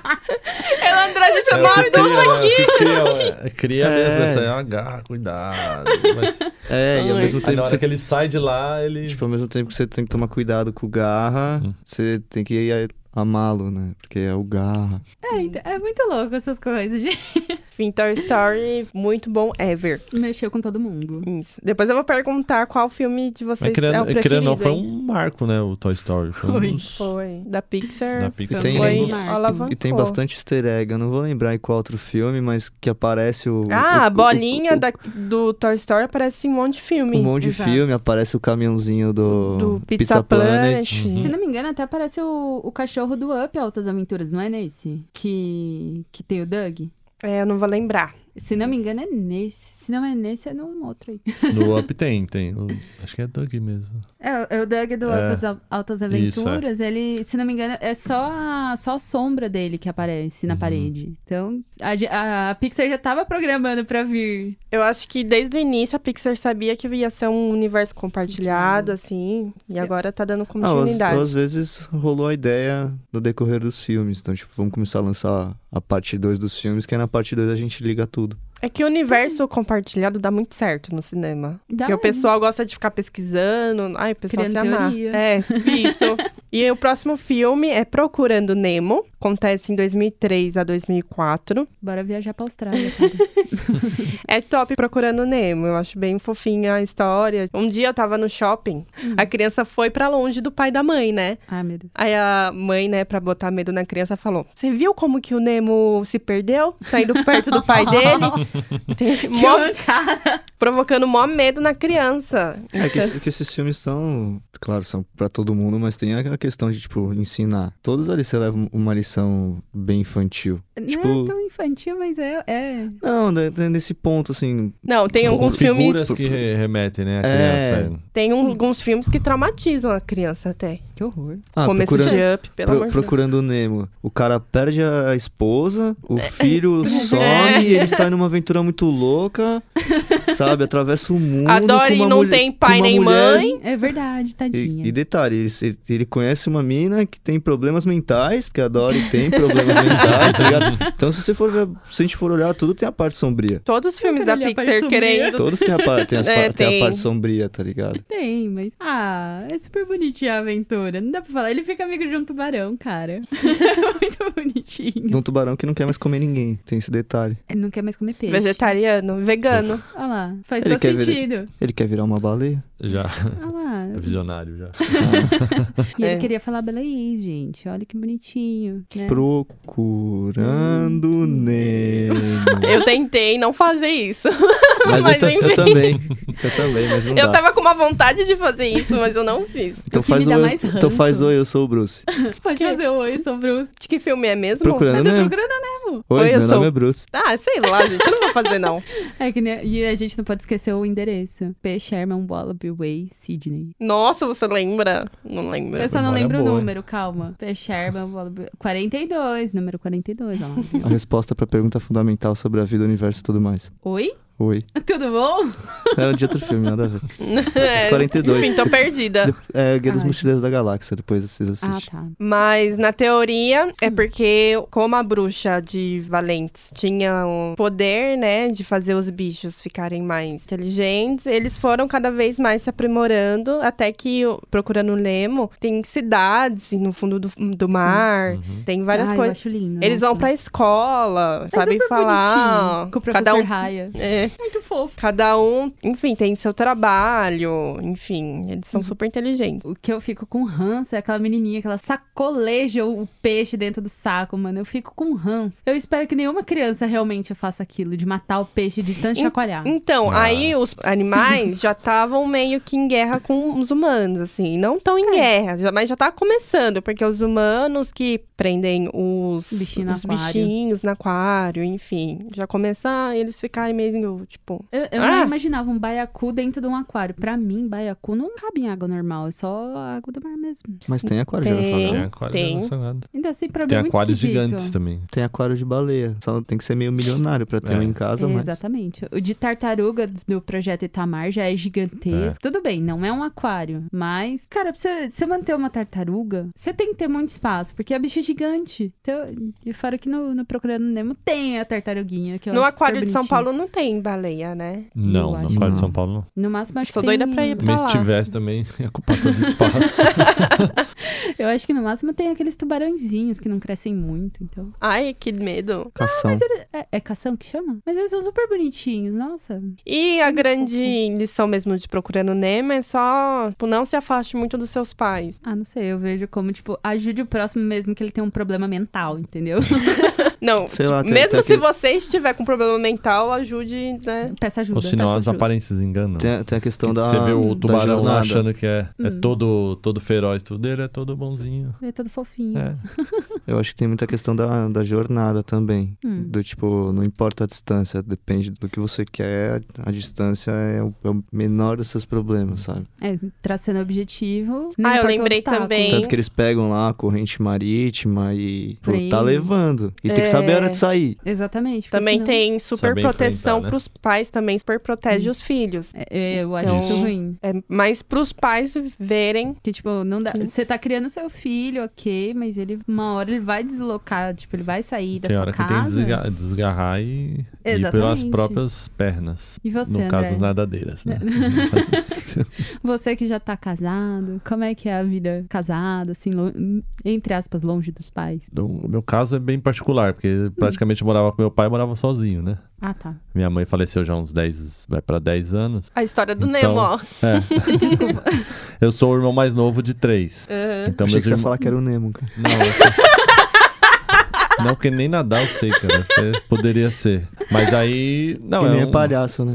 Speaker 1: Eu, André, gente, eu
Speaker 4: É o que
Speaker 1: mando.
Speaker 4: cria, aqui. Cria, cria
Speaker 3: É.
Speaker 4: mesmo essa é uma garra, cuidado. Mas aí
Speaker 3: É, e ao
Speaker 1: Ai.
Speaker 3: mesmo tempo
Speaker 4: na hora
Speaker 3: você
Speaker 4: que ele sai de lá, ele.
Speaker 3: Tipo, ao mesmo tempo que você tem que tomar cuidado com o garra,
Speaker 4: Hum.
Speaker 3: você tem que ir a- amá-lo, né? Porque é o garra.
Speaker 2: é, então, é muito louco essas coisas, gente.
Speaker 1: Enfim, Toy Story, muito bom ever.
Speaker 2: Mexeu com todo mundo.
Speaker 1: Isso. Depois eu vou perguntar qual filme de vocês
Speaker 4: mas querendo,
Speaker 1: é o
Speaker 4: querendo ou
Speaker 1: preferido.
Speaker 4: não, foi
Speaker 1: hein?
Speaker 4: um marco, né? O Toy Story. Foi, um
Speaker 2: Foi.
Speaker 4: dos-
Speaker 1: Foi. Da Pixar.
Speaker 4: Da Pixar.
Speaker 3: E tem- um-
Speaker 1: foi
Speaker 2: e tem
Speaker 1: alavancou.
Speaker 3: E tem bastante easter egg. Eu não vou lembrar em qual outro filme, mas que aparece o.
Speaker 1: Ah,
Speaker 3: o-
Speaker 1: a
Speaker 3: o-
Speaker 1: bolinha
Speaker 3: o-
Speaker 1: da- do Toy Story aparece em um monte de filme.
Speaker 3: Um monte de
Speaker 2: Exato.
Speaker 3: filme, aparece o caminhãozinho do,
Speaker 1: do Pizza, Planet.
Speaker 2: Se não me engano, até parece o, o cachorro do Up Altas Aventuras, não é nesse? Que, que tem o Doug?
Speaker 1: É, eu não vou lembrar.
Speaker 2: Se não me engano, é nesse. Se não é nesse, é num outro aí.
Speaker 4: No Up tem, tem. O- acho que é Doug mesmo.
Speaker 2: É, é o Doug do
Speaker 4: É.
Speaker 2: Altas, Altas
Speaker 3: é.
Speaker 2: Aventuras, ele, se não me engano, é só a, só a sombra dele que aparece
Speaker 3: Uhum.
Speaker 2: na parede. Então, a, ge- a Pixar já tava programando pra vir.
Speaker 1: Eu acho que desde o início a Pixar sabia que ia ser um universo
Speaker 2: Uhum.
Speaker 1: compartilhado, assim, e agora tá dando
Speaker 3: Ah, às,
Speaker 1: continuidade.
Speaker 3: às vezes rolou a ideia no decorrer dos filmes. Então, tipo, vamos começar a lançar a parte 2 dos filmes, que aí na parte 2 a gente liga tudo.
Speaker 1: É que o universo compartilhado dá muito certo no cinema. Porque
Speaker 2: Dá um-
Speaker 1: o
Speaker 2: mesmo.
Speaker 1: pessoal gosta de ficar pesquisando. Ai, o pessoal
Speaker 2: Criando
Speaker 1: se amar.
Speaker 2: teoria.
Speaker 1: É, isso. e E o próximo filme é Procurando Nemo. Acontece em 2003 a 2004.
Speaker 2: Bora viajar pra Austrália, cara.
Speaker 1: É top Procurando Nemo. Eu acho bem fofinha a história. Um dia eu tava no shopping.
Speaker 2: Hum.
Speaker 1: A criança foi pra longe do pai e da mãe, né?
Speaker 2: Ai, meu Deus.
Speaker 1: Aí a mãe, né, pra botar medo na criança, falou: Você viu como que o Nemo se perdeu? Saindo perto do pai dele. Tem
Speaker 2: Que
Speaker 1: mó-
Speaker 2: mancada.
Speaker 1: provocando mó medo na criança.
Speaker 3: É que, esse- que esses filmes são, claro, são pra todo mundo, mas tem aquela questão de, tipo, ensinar. Todos ali você leva uma lição bem infantil.
Speaker 2: Não
Speaker 3: Tipo-
Speaker 2: é tão infantil, mas é... é...
Speaker 3: Não, né, né, nesse ponto, assim.
Speaker 1: Não, tem alguns filmes.
Speaker 4: figuras que re- remetem, né? A
Speaker 3: É.
Speaker 4: criança.
Speaker 1: Tem um- alguns filmes que traumatizam a criança até.
Speaker 2: Que horror.
Speaker 3: Ah,
Speaker 1: Começo
Speaker 3: procurando,
Speaker 1: de up, pelo amor
Speaker 3: pro-
Speaker 1: de Deus.
Speaker 3: procurando o Nemo. O cara perde a esposa, o filho some,
Speaker 1: É.
Speaker 3: ele sai numa aventura muito louca, sabe? Atravessa o um mundo.
Speaker 1: A Dory
Speaker 3: com uma
Speaker 1: não
Speaker 3: mulher-
Speaker 1: tem
Speaker 3: com
Speaker 1: pai
Speaker 3: uma
Speaker 1: nem
Speaker 3: mulher-
Speaker 1: mãe.
Speaker 2: É verdade, tadinha.
Speaker 3: E, e detalhe, ele, se- ele conhece uma mina que tem problemas mentais, porque a Dory tem problemas mentais, tá ligado? Então, se você for ver, se a gente for olhar, tudo tem a parte sombria.
Speaker 1: Todos os filmes da
Speaker 2: quero olhar pra
Speaker 1: Pixar
Speaker 2: isso, um
Speaker 1: querendo.
Speaker 3: Todos têm a, par, tem as
Speaker 1: É,
Speaker 3: par- tem a
Speaker 1: tem.
Speaker 3: parte sombria, tá ligado?
Speaker 2: Tem, mas... Ah, é super bonitinha a aventura. Não dá pra falar. Ele fica amigo de um tubarão, cara. Muito bonitinho.
Speaker 3: De um tubarão que não quer mais comer ninguém, tem esse detalhe.
Speaker 2: Ele não quer mais comer peixe.
Speaker 1: Vegetariano, vegano.
Speaker 2: Olha lá. Faz
Speaker 3: Ele
Speaker 2: todo
Speaker 3: quer ver-
Speaker 2: sentido.
Speaker 3: Ele quer virar uma baleia.
Speaker 4: Já.
Speaker 2: Olha Ah lá.
Speaker 4: É visionário já.
Speaker 2: E ele
Speaker 1: É.
Speaker 2: queria falar beleis, gente. Olha que bonitinho. Né?
Speaker 3: Procurando Nemo.
Speaker 1: Eu tentei não fazer isso.
Speaker 3: Mas,
Speaker 1: Mas
Speaker 3: eu, ta-
Speaker 1: enfim.
Speaker 3: eu também. Eu também, mas não
Speaker 1: Eu
Speaker 3: dá.
Speaker 1: tava com uma vontade de fazer isso, mas eu não fiz.
Speaker 3: Então
Speaker 2: O que me
Speaker 3: faz
Speaker 2: dá
Speaker 3: o-
Speaker 2: mais
Speaker 3: Então faz
Speaker 2: ranço.
Speaker 3: oi, eu sou o Bruce.
Speaker 2: Pode fazer
Speaker 1: um
Speaker 2: o oi sobre os.
Speaker 1: De que filme é mesmo?
Speaker 3: Procurando né? Nemo.
Speaker 2: Procurando
Speaker 3: Oi,
Speaker 1: Oi, eu
Speaker 3: meu
Speaker 1: sou-
Speaker 3: nome é Bruce.
Speaker 1: Ah, sei lá, gente. Eu não vou fazer, não.
Speaker 2: É que nem- E a gente não pode esquecer o endereço. P. Sherman Wallaby Way, Sydney.
Speaker 1: Nossa, você lembra? Não lembro.
Speaker 2: Eu só não
Speaker 4: memória
Speaker 2: lembro
Speaker 4: é
Speaker 2: o
Speaker 4: boa, hein?
Speaker 2: número, calma. P. Sherman Wallaby. 42, número 42, ó lá.
Speaker 3: A resposta pra pergunta fundamental sobre a vida, o universo e tudo mais.
Speaker 2: Oi?
Speaker 3: Oi.
Speaker 2: Tudo bom?
Speaker 3: É de outro filme, nada a ver.
Speaker 1: É,
Speaker 3: 42.
Speaker 1: Enfim, tô perdida.
Speaker 3: De- É Guia dos
Speaker 2: Ai.
Speaker 3: Mochileiros da Galáxia, depois vocês
Speaker 2: Ah,
Speaker 3: assistem.
Speaker 2: tá.
Speaker 1: Mas na teoria é porque, como a bruxa de Valentes tinha o poder, né, de fazer os bichos ficarem mais inteligentes, eles foram cada vez mais se aprimorando, até que, o- procurando o Lemo, tem cidades no fundo do, do mar,
Speaker 4: Uhum.
Speaker 1: tem várias
Speaker 2: Ah, eu
Speaker 1: coisas.
Speaker 2: acho lindo.
Speaker 1: Eles vão
Speaker 2: nossa.
Speaker 1: pra escola,
Speaker 2: É
Speaker 1: sabem
Speaker 2: super
Speaker 1: falar.
Speaker 2: bonitinho, Com o professor
Speaker 1: cada um.
Speaker 2: Raya.
Speaker 1: É,
Speaker 2: Muito fofo.
Speaker 1: cada um, enfim, tem seu trabalho, enfim, eles
Speaker 2: Uhum.
Speaker 1: são super inteligentes.
Speaker 2: O que eu fico com ranço é aquela menininha que ela sacoleja o o peixe dentro do saco, mano. Eu fico com ranço. Eu espero que nenhuma criança realmente faça aquilo, de matar o peixe de tanto
Speaker 1: Ent-
Speaker 2: chacoalhar.
Speaker 1: Então,
Speaker 4: Ah.
Speaker 1: aí os animais já estavam meio que em guerra com os humanos, assim. Não tão
Speaker 2: É.
Speaker 1: em guerra, já- mas já tá começando, porque os humanos que prendem os,
Speaker 2: Bichinho no
Speaker 1: os
Speaker 2: aquário.
Speaker 1: bichinhos no aquário, enfim. Já começa a eles ficarem meio, tipo...
Speaker 2: Eu, eu
Speaker 1: Ah!
Speaker 2: não imaginava um baiacu dentro de um aquário. Pra mim, baiacu não cabe em água normal, é só água do mar mesmo.
Speaker 3: Mas tem aquário de
Speaker 1: tá. Tem.
Speaker 4: Tem
Speaker 3: dinossauro.
Speaker 4: aquário
Speaker 1: tem.
Speaker 4: relacionado.
Speaker 2: Ainda assim, pra mim,
Speaker 4: Tem
Speaker 2: é muito
Speaker 4: aquários
Speaker 2: esquisito.
Speaker 4: gigantes também.
Speaker 3: Tem aquário de baleia. Só tem que ser meio milionário pra ter
Speaker 4: É.
Speaker 3: um em casa,
Speaker 2: É,
Speaker 3: mas.
Speaker 2: Exatamente. O de tartaruga do projeto Itamar já é gigantesco. Tudo bem, não é um aquário. Mas, cara, pra você, você manter uma tartaruga, você tem que ter muito espaço, porque a bicha é gigante. Então, e fora que no, no Procurando Nemo tem a tartaruguinha. Que eu
Speaker 1: No
Speaker 2: acho Então, super
Speaker 1: aquário de São
Speaker 2: bonitinho.
Speaker 1: Paulo não tem baleia, né?
Speaker 4: Não,
Speaker 2: Eu
Speaker 4: no
Speaker 2: acho Tá
Speaker 4: aquário de
Speaker 3: que-
Speaker 4: São Paulo não.
Speaker 2: No máximo, acho
Speaker 1: Sou
Speaker 2: que
Speaker 1: doida
Speaker 2: tem... um
Speaker 1: pra ir pra
Speaker 4: Mas
Speaker 1: lá.
Speaker 4: se tivesse também, ia ocupar todo o espaço.
Speaker 2: Eu acho que no máximo tem aqueles tubarãozinhos que não crescem muito, então...
Speaker 1: Ai, que medo.
Speaker 3: Cação.
Speaker 2: É, é cação que chama? Mas eles são super bonitinhos, nossa.
Speaker 1: E a
Speaker 2: Muito
Speaker 1: grande lição mesmo de Procurando Nemo é só, tipo, não se afaste muito dos seus pais.
Speaker 2: Ah, não sei, eu vejo como, tipo, ajude o próximo mesmo que ele tenha um problema mental, entendeu?
Speaker 1: Não,
Speaker 3: Sei lá, Ah, tem-
Speaker 1: mesmo
Speaker 3: tem
Speaker 1: se
Speaker 3: aquele-
Speaker 1: você estiver com problema mental, ajude, né?
Speaker 2: Peça ajuda,
Speaker 4: Ou senão
Speaker 2: peça
Speaker 4: as
Speaker 2: ajuda.
Speaker 4: aparências enganam.
Speaker 3: Tem, a- tem a questão da.
Speaker 4: Você vê o
Speaker 3: da
Speaker 4: tubarão
Speaker 3: jornada.
Speaker 4: lá achando que é, é todo, todo feroz, tudo ele é todo bonzinho.
Speaker 2: Ele é todo fofinho.
Speaker 4: É.
Speaker 3: Eu acho que tem muita questão da, da jornada também.
Speaker 2: Hum.
Speaker 3: Do tipo, não importa a distância, depende do que você quer, a distância é o, é o menor dos seus problemas, sabe?
Speaker 2: É, traçando objetivo.
Speaker 1: Ah,
Speaker 2: não
Speaker 1: eu
Speaker 2: importa o
Speaker 1: lembrei
Speaker 2: obstáculo.
Speaker 1: também.
Speaker 3: Tanto que eles pegam lá a corrente marítima e pô, tá
Speaker 2: Prende.
Speaker 3: levando. E tem
Speaker 1: É.
Speaker 3: que saber a hora de sair.
Speaker 2: Exatamente. porque
Speaker 1: Também
Speaker 2: senão-
Speaker 1: tem super
Speaker 4: Saber
Speaker 1: proteção
Speaker 4: enfrentar, né?
Speaker 1: pros pais, também super protege os filhos.
Speaker 2: É, é, eu acho
Speaker 1: Então-
Speaker 2: isso ruim.
Speaker 1: É, mas pros pais verem.
Speaker 2: Que, tipo, não dá.
Speaker 1: Sim.
Speaker 2: Você tá criando seu filho, ok, mas ele, uma hora ele vai deslocar, tipo, ele vai sair da
Speaker 4: Tem
Speaker 2: sua
Speaker 4: hora que tem que
Speaker 2: casa.
Speaker 4: desga- desgarrar e E pelas
Speaker 2: Exatamente.
Speaker 4: próprias pernas.
Speaker 2: E você,
Speaker 4: no caso, as
Speaker 2: André?
Speaker 4: nadadeiras, né?
Speaker 2: Você que já tá casado, como é que é a vida casada, assim, lo- entre aspas, longe dos pais?
Speaker 4: Então, o meu caso é bem particular, porque praticamente eu morava com meu pai e morava sozinho, né?
Speaker 2: Ah, tá.
Speaker 4: Minha mãe faleceu já há uns 10, vai pra 10 anos.
Speaker 1: A história do
Speaker 4: Então-
Speaker 1: Nemo, ó.
Speaker 4: É,
Speaker 2: Desculpa.
Speaker 4: eu sou o irmão mais novo de três.
Speaker 1: Aham.
Speaker 4: Então,
Speaker 3: Achei
Speaker 4: meus
Speaker 3: que você ia
Speaker 4: irmã-
Speaker 3: falar que era o Nemo, cara.
Speaker 4: Não, eu- Não, porque nem nadar eu sei, cara. Até Poderia ser. Mas aí. Não,
Speaker 3: que
Speaker 4: é
Speaker 3: nem
Speaker 4: um-
Speaker 3: é palhaço, né?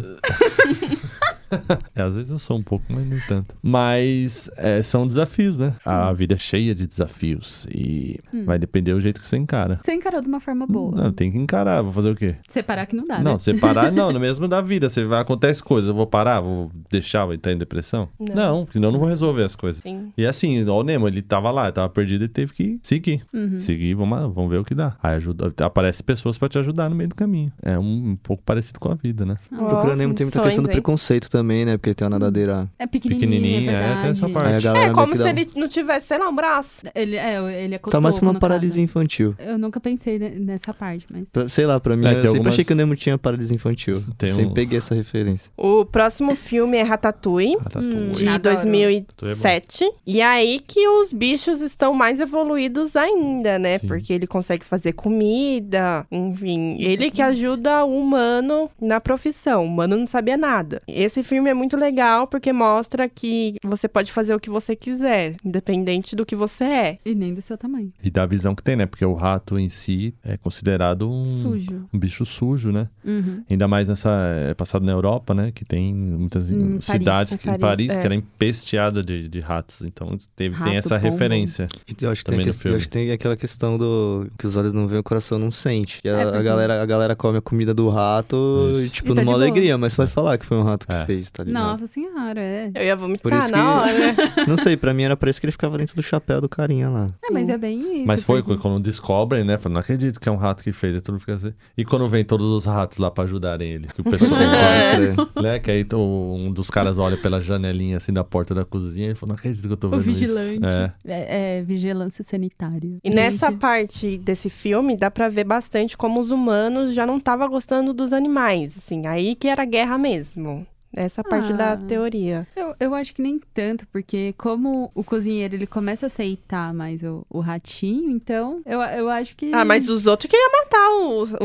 Speaker 4: É, às vezes eu sou um pouco, mas nem tanto. Mas é, são desafios, né?
Speaker 2: Uhum.
Speaker 4: A vida é cheia de desafios. E vai depender do jeito que você encara.
Speaker 2: Hum. Você encarou de uma forma boa.
Speaker 4: Não, tem que encarar. Vou fazer o quê?
Speaker 2: Separar que não dá,
Speaker 4: não,
Speaker 2: né?
Speaker 4: separar não. No mesmo da vida. Você vai, acontece coisa. Eu vou parar? Vou deixar? Vou entrar em depressão?
Speaker 1: Não.
Speaker 4: Não, senão eu não vou resolver as coisas.
Speaker 1: Sim.
Speaker 4: E assim, ó, o Nemo, ele tava lá, tava perdido e teve que seguir.
Speaker 2: Uhum.
Speaker 4: Seguir, vamos, lá, vamos ver o que dá. Aí ajuda, aparece pessoas pra te ajudar no meio do caminho. É um, um pouco parecido com a vida, né?
Speaker 1: Ó,
Speaker 3: Procurando Nemo tem muita
Speaker 1: sonhos,
Speaker 3: questão do
Speaker 1: hein?
Speaker 3: preconceito também, né? Porque tem uma nadadeira.
Speaker 2: É pequenininho,
Speaker 4: Pequenininho,
Speaker 2: é
Speaker 4: é,
Speaker 2: verdade.
Speaker 4: tem essa
Speaker 3: Aí a
Speaker 4: parte.
Speaker 3: galera
Speaker 1: É
Speaker 3: meio
Speaker 1: como
Speaker 3: que
Speaker 1: se
Speaker 3: dá um-
Speaker 1: ele não tivesse, sei lá, um braço.
Speaker 2: Ele é, ele é
Speaker 3: Tá mais pra
Speaker 2: cotoco,
Speaker 3: uma
Speaker 2: no
Speaker 3: paralisia infantil.
Speaker 2: caso. Eu nunca pensei ne- nessa parte, mas...
Speaker 3: Pra- sei lá, pra mim,
Speaker 4: É,
Speaker 3: eu
Speaker 4: tem
Speaker 3: sempre
Speaker 4: algumas-
Speaker 3: achei que o Nemo tinha paralisia infantil.
Speaker 4: Tem
Speaker 3: sempre
Speaker 4: um-
Speaker 3: peguei essa referência.
Speaker 1: O próximo filme é Ratatouille.
Speaker 4: Ah, tá
Speaker 2: Hum.
Speaker 4: doido. é
Speaker 1: De
Speaker 2: Adoro.
Speaker 1: 2007. E aí que os bichos estão mais evoluídos ainda, né?
Speaker 4: Sim.
Speaker 1: Porque ele consegue fazer comida, enfim. Ele que ajuda o humano na profissão. O humano não sabia nada. Esse filme é muito legal porque mostra que você pode fazer o que você quiser, independente do que você é.
Speaker 2: E nem do seu tamanho.
Speaker 4: E da visão que tem, né? Porque o rato em si é considerado um,
Speaker 2: Sujo.
Speaker 4: um bicho sujo, né?
Speaker 2: Uhum.
Speaker 4: Ainda mais nessa. É passado na Europa, né? Que tem muitas
Speaker 2: Em Paris,
Speaker 4: cidades
Speaker 1: em
Speaker 4: que- em
Speaker 1: Paris,
Speaker 4: Paris
Speaker 1: é.
Speaker 4: que era empesteada de, de ratos. Então teve, tem
Speaker 2: Rato, né?
Speaker 4: essa
Speaker 2: pombo.
Speaker 4: referência.
Speaker 3: E Eu acho, que tem
Speaker 4: Também
Speaker 3: a questão-
Speaker 4: no
Speaker 3: eu
Speaker 4: filme.
Speaker 3: acho que tem aquela questão do que os olhos não veem, o coração não sente. E a,
Speaker 2: É,
Speaker 3: a
Speaker 2: porque-
Speaker 3: galera, a galera come a comida do rato
Speaker 4: Isso.
Speaker 3: e, tipo,
Speaker 2: E tá de
Speaker 3: numa
Speaker 2: boa.
Speaker 3: alegria, mas vai falar que foi um rato que
Speaker 4: É.
Speaker 3: fez, tá ligado?
Speaker 2: Nossa senhora, é.
Speaker 1: Eu ia
Speaker 3: Por
Speaker 1: vomitar
Speaker 3: isso
Speaker 1: na
Speaker 3: que-
Speaker 1: hora.
Speaker 3: Não sei, pra mim era parece que ele ficava dentro do chapéu do carinha lá.
Speaker 2: É, mas é bem isso.
Speaker 4: Mas foi
Speaker 2: assim.
Speaker 4: quando descobrem, né? Falam, não acredito que é um rato que fez. E tudo fica assim. E quando vem todos os ratos lá pra ajudarem ele. Que o pessoal.
Speaker 2: É.
Speaker 3: Pode crer.
Speaker 4: né? Que aí to- um dos caras olha pela janelinha assim da porta da cozinha e fala, não acredito que eu tô
Speaker 2: O
Speaker 4: vendo
Speaker 2: vigilante.
Speaker 4: isso. É.
Speaker 2: É, é, vigilância sanitária.
Speaker 1: E nessa parte desse filme, dá pra ver bastante como os humanos já não estavam gostando dos animais, assim. Aí que era guerra mesmo. Essa parte da
Speaker 2: Ah.
Speaker 1: teoria.
Speaker 2: Eu, eu acho que nem tanto, porque como o cozinheiro ele começa a aceitar mais o, o ratinho, então eu, eu acho que.
Speaker 1: Ah, mas os outros queriam matar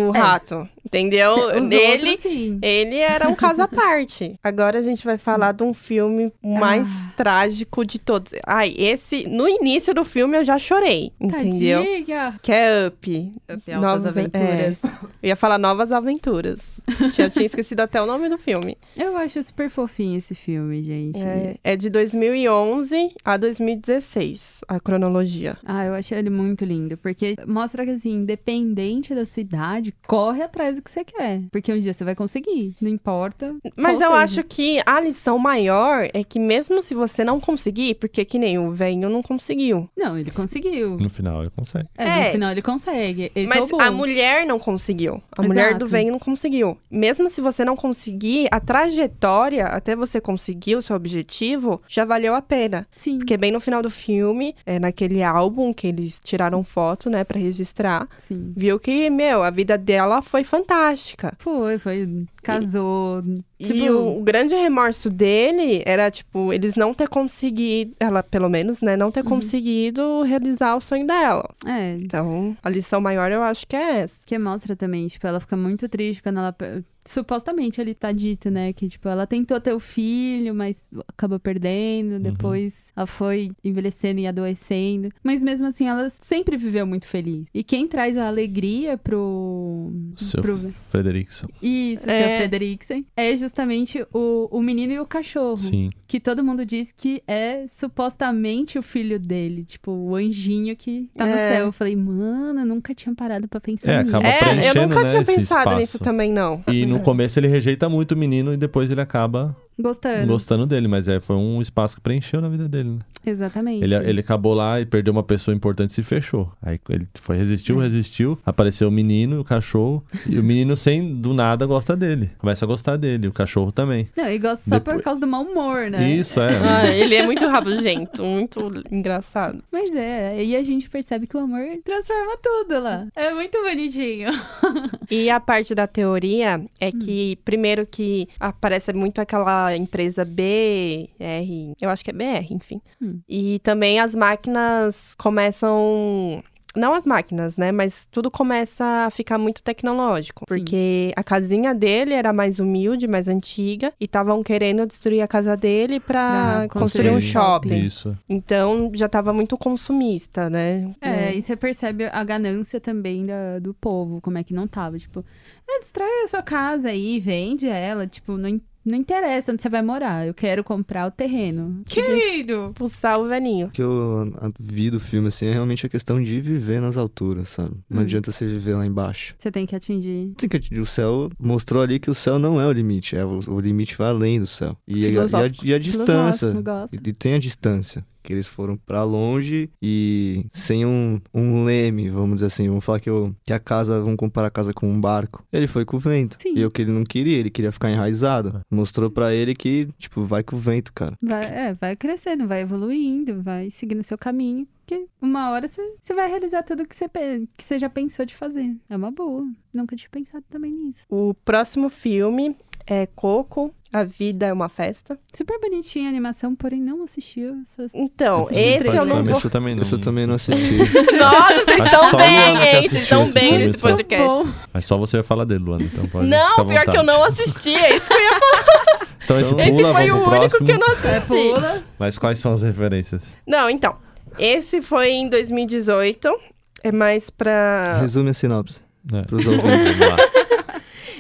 Speaker 1: o, o
Speaker 2: É.
Speaker 1: rato, entendeu?
Speaker 2: os
Speaker 1: ele,
Speaker 2: outros, assim. sim.
Speaker 1: ele era um caso à parte. Agora a gente vai falar de um
Speaker 2: Ah.
Speaker 1: filme mais trágico de todos. Ai, esse... No início do filme eu já chorei, entendeu?
Speaker 2: Tadinha.
Speaker 1: Que é Up.
Speaker 2: Novas
Speaker 1: Novas-
Speaker 2: aventuras.
Speaker 1: Eu ia falar Novas Aventuras. eu tinha esquecido até o nome do filme.
Speaker 2: Eu acho super fofinho esse filme, gente.
Speaker 1: É, é de 2011 a 2016, a cronologia.
Speaker 2: Ah, eu achei ele muito lindo, porque mostra que, assim, independente da sua idade, corre atrás do que você quer. Porque um dia você vai conseguir, não importa.
Speaker 1: Mas
Speaker 2: qual
Speaker 1: eu
Speaker 2: seja.
Speaker 1: acho que a lição maior é que mesmo se você não conseguir, porque que nem o velho não conseguiu.
Speaker 2: Não, ele conseguiu.
Speaker 4: No final ele consegue.
Speaker 2: É,
Speaker 1: É.
Speaker 2: no final ele consegue. Esse é o
Speaker 1: Mas
Speaker 2: bom.
Speaker 1: a mulher não conseguiu. A mulher do
Speaker 2: Exato.
Speaker 1: velho não conseguiu. Mesmo se você não conseguir, a trajetória até você conseguir o seu objetivo já valeu a pena.
Speaker 2: Sim.
Speaker 1: Porque bem no final do filme, é, naquele álbum que eles tiraram foto, né, pra registrar,
Speaker 2: Sim.
Speaker 1: viu que, meu, a vida dela foi fantástica.
Speaker 2: Foi, foi. Casou.
Speaker 1: E
Speaker 2: Tipo,
Speaker 1: o, o grande remorso dele era, tipo, eles não ter conseguido, ela pelo menos, né, não ter
Speaker 2: Uhum.
Speaker 1: conseguido realizar o sonho dela.
Speaker 2: É,
Speaker 1: Então, a lição maior eu acho que é essa.
Speaker 2: que mostra também, tipo, ela fica muito triste quando ela. per- Supostamente ali tá dito, né? Que, tipo, ela tentou ter o filho, mas acabou
Speaker 4: Uhum.
Speaker 2: perdendo. Depois ela foi envelhecendo e adoecendo. Mas mesmo assim, ela sempre viveu muito feliz. E quem traz a alegria pro.
Speaker 4: O Seu
Speaker 2: pro...
Speaker 4: Frederickson.
Speaker 2: Isso, é... seu
Speaker 1: É.
Speaker 2: Frederiksen. É justamente o, o menino e o cachorro.
Speaker 4: Sim.
Speaker 2: Que todo mundo diz que é supostamente o filho dele, tipo, o anjinho que tá no
Speaker 1: É.
Speaker 2: céu. Eu falei, mano, eu nunca tinha parado pra pensar
Speaker 4: É,
Speaker 2: nisso.
Speaker 4: acaba-
Speaker 1: É,
Speaker 4: Tava
Speaker 1: eu
Speaker 4: preenchendo,
Speaker 1: nunca
Speaker 4: né,
Speaker 1: tinha
Speaker 4: esse
Speaker 1: pensado
Speaker 4: espaço.
Speaker 1: nisso também, não.
Speaker 4: E no começo ele rejeita muito o menino e depois ele acaba
Speaker 2: Gostando.
Speaker 4: é, gostando dele. Mas é, foi um espaço que preencheu na vida dele, né?
Speaker 2: Exatamente.
Speaker 4: Ele, ele acabou lá e perdeu uma pessoa importante e se fechou. Aí ele foi,
Speaker 1: É.
Speaker 4: resistiu, resistiu. Apareceu o menino, o cachorro. E o menino, sem do nada, gosta dele. Começa a gostar dele, o cachorro também.
Speaker 2: Não, e gosto só
Speaker 4: Depois-
Speaker 2: por causa do mau humor, né?
Speaker 4: Isso, é.
Speaker 1: Ah, ele é muito rabugento, muito engraçado.
Speaker 2: Mas é, e a gente percebe que o amor transforma tudo lá. É muito bonitinho.
Speaker 1: E a parte da teoria é que, primeiro, que aparece muito aquela empresa BR, eu acho que é BR, enfim.
Speaker 2: Hum.
Speaker 1: E também as máquinas começam. Não as máquinas, né? Mas tudo começa a ficar muito tecnológico.
Speaker 2: Sim.
Speaker 1: Porque a casinha dele era mais humilde, mais antiga. E estavam querendo destruir a casa dele pra
Speaker 2: Pra
Speaker 1: construir um
Speaker 4: Sim,
Speaker 1: shopping.
Speaker 4: Isso.
Speaker 1: Então já tava muito consumista, né?
Speaker 2: É, e você percebe a ganância também da- do povo, como é que não tava. Tipo, é, destrói a sua casa aí, vende ela. Tipo, não, in- não interessa onde você vai morar. Eu quero comprar o terreno. Querido!
Speaker 1: Pulsar o velhinho.
Speaker 3: O que eu a- vi do filme, assim, é realmente a questão de viver nas alturas, sabe? Não
Speaker 2: Hum.
Speaker 3: adianta você viver lá embaixo.
Speaker 2: Você tem que atingir.
Speaker 3: Tem que atingir o céu mostrou ali que o céu não é o limite, é o, o limite vai além do céu. E, a- e a-
Speaker 1: Filosófico.
Speaker 3: e a distância.
Speaker 2: Filosófico, gosto.
Speaker 3: E, e tem a distância. Que eles foram pra longe e sem um, um leme, vamos dizer assim. Vamos falar que, o que a casa, vamos comparar a casa com um barco. Ele foi com o vento.
Speaker 2: Sim.
Speaker 3: E é o que ele não queria, ele queria ficar enraizado. Mostrou pra ele que, tipo, vai com o vento, cara.
Speaker 2: Vai, é, vai crescendo, vai evoluindo, vai seguindo o seu caminho. Que uma hora você você vai realizar tudo que você, pe- que você já pensou de fazer. É uma boa. Nunca tinha pensado também nisso.
Speaker 1: O próximo filme é Coco, A Vida é uma Festa.
Speaker 2: Super bonitinha a animação, porém não assisti. Eu sou...
Speaker 1: Então,
Speaker 3: Assisti
Speaker 1: esse eu não
Speaker 4: Particularmente,
Speaker 1: vou.
Speaker 4: eu também não.
Speaker 3: Isso eu também não assisti.
Speaker 1: Nossa, vocês
Speaker 4: Acho
Speaker 1: estão
Speaker 4: tá só a Luana que
Speaker 1: bem, hein?
Speaker 4: assistiu
Speaker 1: Vocês estão
Speaker 4: esse
Speaker 1: bem
Speaker 4: filme,
Speaker 1: nesse
Speaker 4: só.
Speaker 1: podcast.
Speaker 4: Mas só você vai falar dele, Luana. Então pode ficar à
Speaker 1: Não, pior que eu
Speaker 4: vontade.
Speaker 1: não assisti, é isso que eu ia falar.
Speaker 4: Então esse
Speaker 3: Então-
Speaker 1: Esse
Speaker 4: pula,
Speaker 1: foi
Speaker 4: vamos
Speaker 1: o
Speaker 4: pro
Speaker 1: único
Speaker 4: próximo.
Speaker 1: que eu não
Speaker 2: É,
Speaker 1: assisti.
Speaker 2: pula.
Speaker 4: Mas quais são as referências?
Speaker 1: Não, então. Esse foi em 2018. É mais pra.
Speaker 3: Resume a sinopse.
Speaker 4: É.
Speaker 3: Pros ouvintes.
Speaker 4: Vamos lá.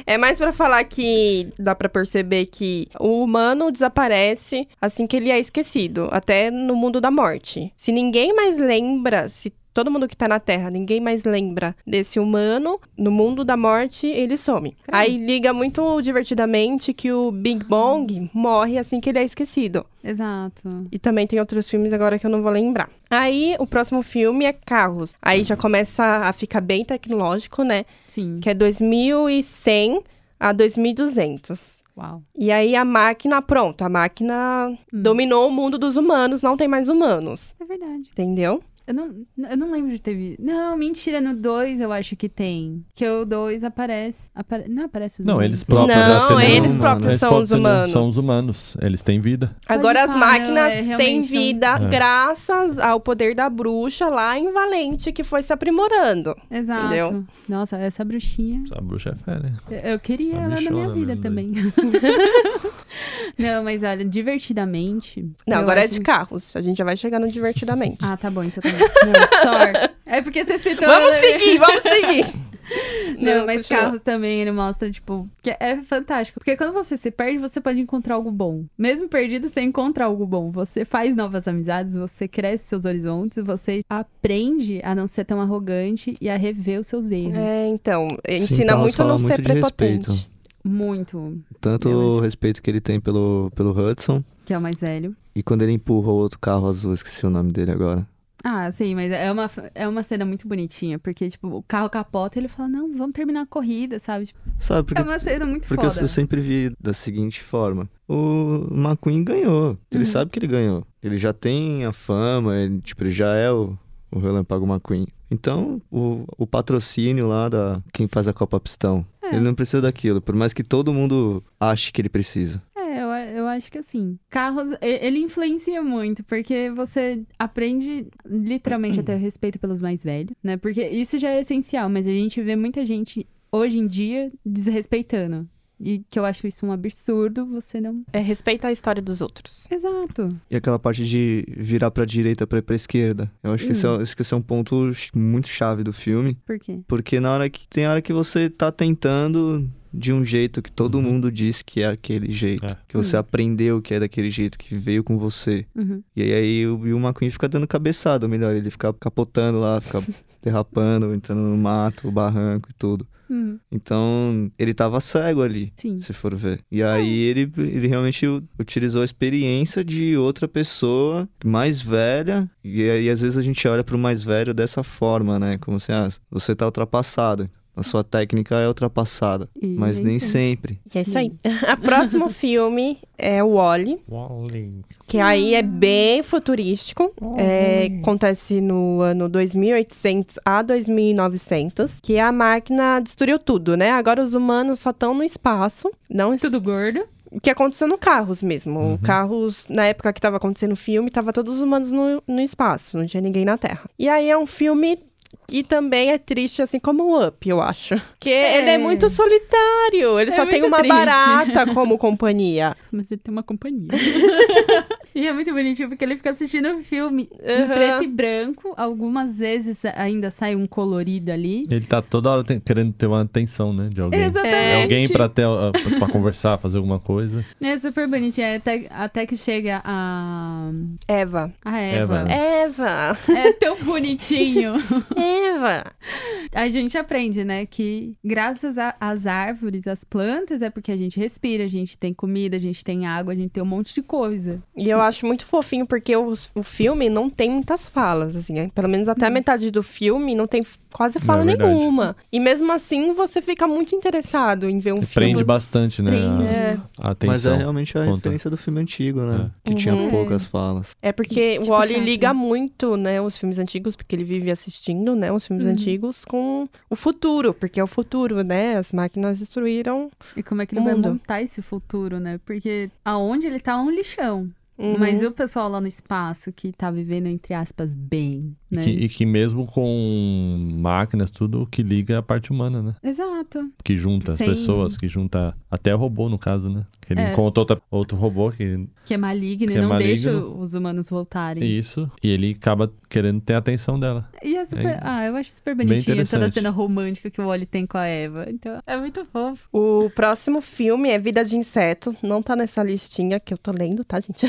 Speaker 1: É mais pra falar que dá pra perceber que o humano desaparece assim que ele é esquecido, até no mundo da morte. Se ninguém mais lembra, se todo mundo que tá na Terra, ninguém mais lembra desse humano, no mundo da morte ele some. Aí liga muito divertidamente que o Big Bang morre assim que ele é esquecido.
Speaker 2: Exato.
Speaker 1: E também tem outros filmes agora que eu não vou lembrar. Aí o próximo filme é Carros. Aí já começa a ficar bem tecnológico, né?
Speaker 2: Sim.
Speaker 1: que é 2100 a 2200.
Speaker 2: Uau.
Speaker 1: E aí a máquina, pronto, a máquina
Speaker 2: Hum.
Speaker 1: dominou o mundo dos humanos, não tem mais humanos,
Speaker 2: É verdade.
Speaker 1: entendeu?
Speaker 2: Eu não, eu não lembro de ter visto. Não, mentira, no 2 eu acho que tem. Que o 2 aparece, apare- Não aparece os
Speaker 4: Não,
Speaker 2: nomes.
Speaker 4: eles próprios.
Speaker 1: não,
Speaker 4: assim,
Speaker 1: eles
Speaker 3: humano,
Speaker 1: próprios
Speaker 4: Hum. Eles
Speaker 1: são
Speaker 4: próprios
Speaker 1: os humanos.
Speaker 4: São os humanos. Eles têm vida.
Speaker 1: Agora as
Speaker 2: parar,
Speaker 1: máquinas
Speaker 2: é, realmente
Speaker 1: têm
Speaker 2: não-
Speaker 1: vida
Speaker 4: É.
Speaker 1: graças ao poder da bruxa lá em Valente, que foi se aprimorando.
Speaker 2: Exato.
Speaker 1: Entendeu?
Speaker 2: Nossa, essa bruxinha.
Speaker 4: A bruxa é fera.
Speaker 2: Eu eu queria
Speaker 4: Uma
Speaker 2: ela na minha
Speaker 4: bichona
Speaker 2: vida também.
Speaker 4: mesmo,
Speaker 2: Não, mas olha, divertidamente.
Speaker 1: Não,
Speaker 2: eu
Speaker 1: agora é
Speaker 2: acho-
Speaker 1: de carros. A gente já vai chegando divertidamente.
Speaker 2: Ah, tá bom, então tá bom. Não, Sorry. É porque você citou.
Speaker 1: vamos seguir, vamos seguir.
Speaker 2: Não, mas
Speaker 1: continua.
Speaker 2: carros também ele mostra, tipo, que é fantástico. Porque quando você se perde, você pode encontrar algo bom. Mesmo perdido, você encontra algo bom. Você faz novas amizades, você cresce seus horizontes, você aprende a não ser tão arrogante e a rever os seus erros.
Speaker 1: É, então,
Speaker 3: Sim,
Speaker 1: ensina
Speaker 3: Carros
Speaker 1: muito a
Speaker 3: fala
Speaker 1: não
Speaker 3: muito
Speaker 1: ser
Speaker 3: de
Speaker 1: prepotente.
Speaker 3: respeito.
Speaker 2: Muito.
Speaker 3: Tanto
Speaker 2: Eu acho.
Speaker 3: o respeito que ele tem pelo, pelo Hudson.
Speaker 2: Que é o mais velho.
Speaker 3: E quando ele empurra o outro carro azul, esqueci o nome dele agora.
Speaker 2: Ah, sim, mas é uma, é uma cena muito bonitinha, porque, tipo, o carro capota e ele fala, não, vamos terminar a corrida, sabe? Tipo,
Speaker 3: Sabe, porque,
Speaker 2: é uma cena muito
Speaker 3: porque eu
Speaker 2: foda.
Speaker 3: sempre vi da seguinte forma. O McQueen ganhou. Ele
Speaker 2: Uhum.
Speaker 3: sabe que ele ganhou. Ele já tem a fama, ele, tipo, ele já é o, o Relâmpago McQueen. Então, o, o patrocínio lá da quem faz a Copa Pistão.
Speaker 2: É.
Speaker 3: Ele não precisa daquilo, por mais que todo mundo ache que ele precisa.
Speaker 2: É, eu, a- eu acho que assim, carros, e- ele influencia muito, porque você aprende literalmente a ter respeito pelos mais velhos, né? Porque isso já é essencial, mas a gente vê muita gente hoje em dia desrespeitando. E que eu acho isso um absurdo, você não.
Speaker 1: É, respeita a história dos outros.
Speaker 2: Exato.
Speaker 3: E aquela parte de virar pra direita pra ir pra esquerda. Eu acho que, esse, é, acho que esse é um ponto ch- muito chave do filme.
Speaker 2: Por quê?
Speaker 3: Porque na hora que. Tem hora que você tá tentando de um jeito que todo
Speaker 4: Uhum.
Speaker 3: mundo diz que é aquele jeito.
Speaker 4: É.
Speaker 3: Que você
Speaker 2: Hum.
Speaker 3: aprendeu que é daquele jeito, que veio com você.
Speaker 2: Uhum.
Speaker 3: E aí o Bill McQueen fica dando cabeçada, ou melhor, ele fica capotando lá, fica derrapando, entrando no mato, barranco e tudo.
Speaker 2: Uhum.
Speaker 3: Então, ele tava cego ali,
Speaker 2: Sim.
Speaker 3: se for ver. E
Speaker 2: Ah.
Speaker 3: aí ele, ele realmente u- utilizou a experiência de outra pessoa mais velha. E aí às vezes a gente olha pro mais velho dessa forma, né? Como assim, ah, você tá ultrapassado. A sua técnica é ultrapassada.
Speaker 2: E
Speaker 3: Mas
Speaker 2: é
Speaker 3: nem
Speaker 2: isso.
Speaker 3: sempre.
Speaker 1: E é isso aí. O próximo filme é o Wally,
Speaker 4: Wally.
Speaker 1: que aí é bem futurístico. É, acontece no ano 2800 a 2900, que a máquina destruiu tudo, né? Agora os humanos só estão no espaço. Não est-
Speaker 2: Tudo gordo.
Speaker 1: O que aconteceu no Carros mesmo.
Speaker 4: Uhum.
Speaker 1: O Carros, na época que tava acontecendo o filme, tava todos os humanos no, no espaço, não tinha ninguém na Terra. E aí é um filme que também é triste, assim como o Up, eu acho. Porque
Speaker 2: É.
Speaker 1: ele é muito solitário, ele
Speaker 2: É
Speaker 1: só tem
Speaker 2: muito
Speaker 1: uma
Speaker 2: triste.
Speaker 1: barata como companhia.
Speaker 2: Mas ele tem uma companhia. e é muito bonitinho porque ele fica assistindo um filme em
Speaker 1: Uhum.
Speaker 2: preto e branco. Algumas vezes ainda sai um colorido ali.
Speaker 4: Ele tá toda hora te- querendo ter uma atenção, né? De alguém.
Speaker 2: Exatamente.
Speaker 1: É Um
Speaker 4: Alguém pra, ter, ah, pra- pra conversar, fazer alguma coisa.
Speaker 2: É super bonitinho. é Até, até que chega a,
Speaker 1: Eva.
Speaker 2: a Eva.
Speaker 4: Eva.
Speaker 1: Eva!
Speaker 2: É tão bonitinho.
Speaker 1: Eva!
Speaker 2: A gente aprende, né, que graças a- às árvores, às plantas, é porque a gente respira, a gente tem comida, a gente tem água, a gente tem um monte de coisa.
Speaker 1: E eu acho muito fofinho, porque os- o, filme não tem muitas falas, assim. é, Pelo menos até a metade do filme não tem f- quase fala
Speaker 4: É verdade.
Speaker 1: nenhuma. E mesmo assim, você fica muito interessado em ver um filme.
Speaker 4: Prende bastante, né?
Speaker 2: Prende.
Speaker 4: a-
Speaker 2: É.
Speaker 4: A,
Speaker 3: Mas é
Speaker 4: atenção.
Speaker 3: realmente a
Speaker 4: Conta.
Speaker 3: referência do filme antigo, né? Que
Speaker 1: Uhum.
Speaker 3: tinha poucas falas.
Speaker 1: É porque
Speaker 2: Tipo
Speaker 1: o Wally
Speaker 2: Chaplin.
Speaker 1: liga muito, né, os filmes antigos, porque ele vive assistindo, né, os filmes
Speaker 2: Uhum.
Speaker 1: antigos com o futuro, porque é o futuro, né? As máquinas destruíram.
Speaker 2: E como é que ele
Speaker 1: O
Speaker 2: vai
Speaker 1: mundo.
Speaker 2: montar esse futuro, né? Porque aonde ele tá é um lixão.
Speaker 1: Uhum.
Speaker 2: Mas e o pessoal lá no espaço que tá vivendo, entre aspas, bem,
Speaker 4: E
Speaker 2: né?
Speaker 4: que, e que mesmo com máquinas, tudo, o que liga é a parte humana, né?
Speaker 2: Exato.
Speaker 4: Que junta
Speaker 2: Sim.
Speaker 4: as pessoas, que junta até o robô, no caso, né? Que ele
Speaker 2: É.
Speaker 4: encontra outra- outro robô que
Speaker 2: Que é maligno
Speaker 4: Que
Speaker 2: e
Speaker 4: é
Speaker 2: não
Speaker 4: maligno.
Speaker 2: deixa os humanos voltarem.
Speaker 4: Isso. E ele acaba querendo ter a atenção dela.
Speaker 2: E é super.
Speaker 4: É
Speaker 2: Ah, eu acho super
Speaker 4: bem
Speaker 2: bonitinho toda a
Speaker 4: interessante.
Speaker 2: cena romântica que o Wally tem com a Eva. Então, é muito fofo.
Speaker 1: O próximo filme é Vida de Inseto. Não tá nessa listinha que eu tô lendo, tá, gente?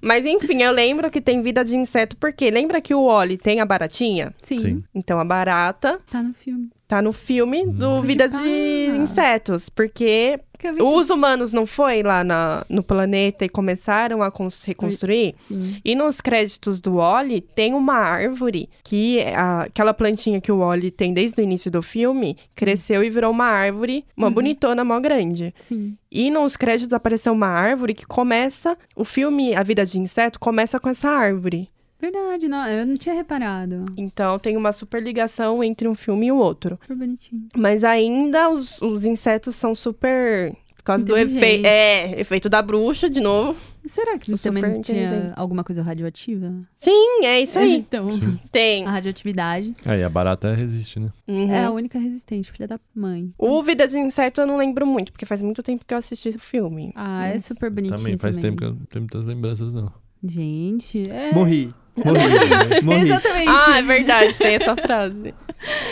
Speaker 1: Mas enfim, eu lembro que tem Vida de Inseto, porque lembra que o Wally tem a baratinha?
Speaker 2: Sim,
Speaker 4: Sim.
Speaker 1: Então a barata
Speaker 2: tá no filme.
Speaker 1: tá no filme do
Speaker 4: Hum.
Speaker 1: Vida de
Speaker 2: Ah.
Speaker 1: Insetos, porque
Speaker 2: Que eu vi-
Speaker 4: Uh!
Speaker 1: os humanos não foi lá na- no planeta e começaram a cons- reconstruir?
Speaker 2: Sim.
Speaker 1: E nos créditos do Wally tem uma árvore que é a- aquela plantinha que o Wally tem desde o início do filme cresceu e virou uma árvore, uma
Speaker 2: Uhum.
Speaker 1: bonitona, mó grande.
Speaker 2: Sim.
Speaker 1: E nos créditos apareceu uma árvore que começa. O filme A Vida de Inseto começa com essa árvore.
Speaker 2: Verdade, não, eu não tinha reparado.
Speaker 1: Então tem uma super ligação entre um filme e o outro.
Speaker 2: Super bonitinho.
Speaker 1: Mas ainda os, os insetos são super. Por causa do efeito.
Speaker 2: Inteligentes.
Speaker 1: É, efeito da bruxa, de novo.
Speaker 2: Será que
Speaker 1: Sou
Speaker 2: também
Speaker 1: super
Speaker 2: não tinha
Speaker 1: inteligente.
Speaker 2: alguma coisa radioativa?
Speaker 1: Sim, é isso aí. Ah,
Speaker 2: Então,
Speaker 1: Tem.
Speaker 2: a radioatividade
Speaker 4: Aí a barata resiste, né?
Speaker 1: Uhum.
Speaker 2: é a única resistente, filha da mãe.
Speaker 1: O Vida de Inseto eu não lembro muito, porque faz muito tempo que eu assisti esse filme.
Speaker 2: Ah, é super bonitinho.
Speaker 4: Uhum. também faz tempo que eu não tenho muitas lembranças, não.
Speaker 2: Gente, é.
Speaker 3: Morri. né? Morri. Morri.
Speaker 2: Exatamente.
Speaker 1: Ah, é verdade, tem essa frase.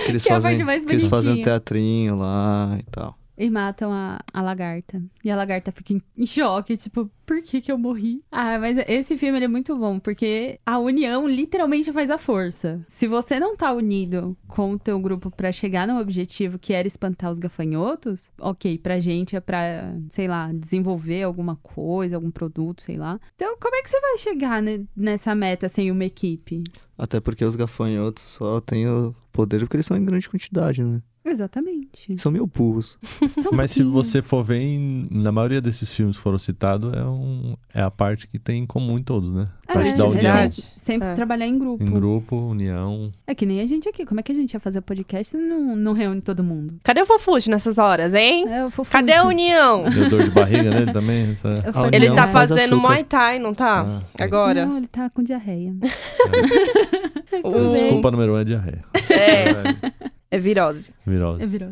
Speaker 3: Que eles
Speaker 2: Que é a
Speaker 3: fazem,
Speaker 2: parte mais
Speaker 3: que eles fazem um
Speaker 2: bonitinha.
Speaker 3: teatrinho lá e tal.
Speaker 2: E matam a, a lagarta. E a lagarta fica em, em choque, tipo, por que que eu morri? Ah, mas esse filme ele é muito bom, porque a união literalmente faz a força. Se você não tá unido com o teu grupo pra chegar no objetivo que era espantar os gafanhotos, ok, pra gente é pra, sei lá, desenvolver alguma coisa, algum produto, sei lá. Então, como é que você vai chegar ne- nessa meta sem uma equipe?
Speaker 3: Até porque os gafanhotos só têm o poder porque eles são em grande quantidade, né?
Speaker 2: Exatamente.
Speaker 3: São meio burros.
Speaker 2: Só um
Speaker 4: Mas se
Speaker 2: pouquinho.
Speaker 4: você for ver, em- na maioria desses filmes que foram citados, é, um, é a parte que tem em comum em todos, né? A
Speaker 2: É,
Speaker 4: parte
Speaker 1: te dá
Speaker 4: da
Speaker 2: é
Speaker 4: união.
Speaker 1: verdade.
Speaker 2: sempre, sempre
Speaker 1: É.
Speaker 2: trabalhar em grupo.
Speaker 4: Em grupo, união.
Speaker 2: É que nem a gente aqui. Como é que a gente ia fazer podcast se não, não reúne todo mundo?
Speaker 1: Cadê o Fofuxo nessas horas, hein?
Speaker 2: É, o fofuxo.
Speaker 1: Cadê a união?
Speaker 4: Deu dor de barriga nele também? essa-
Speaker 2: Eu
Speaker 4: Ah,
Speaker 2: falei,
Speaker 1: Ele
Speaker 3: Não,
Speaker 1: tá
Speaker 2: né?
Speaker 3: faz
Speaker 1: fazendo
Speaker 3: açúcar.
Speaker 1: Muay Thai, não tá?
Speaker 4: sim.
Speaker 1: Agora.
Speaker 2: Não, ele tá com diarreia. Mas
Speaker 1: O-
Speaker 2: tudo bem.
Speaker 4: Desculpa, número um é diarreia.
Speaker 1: É, é virose.
Speaker 4: Virose.
Speaker 2: É virou.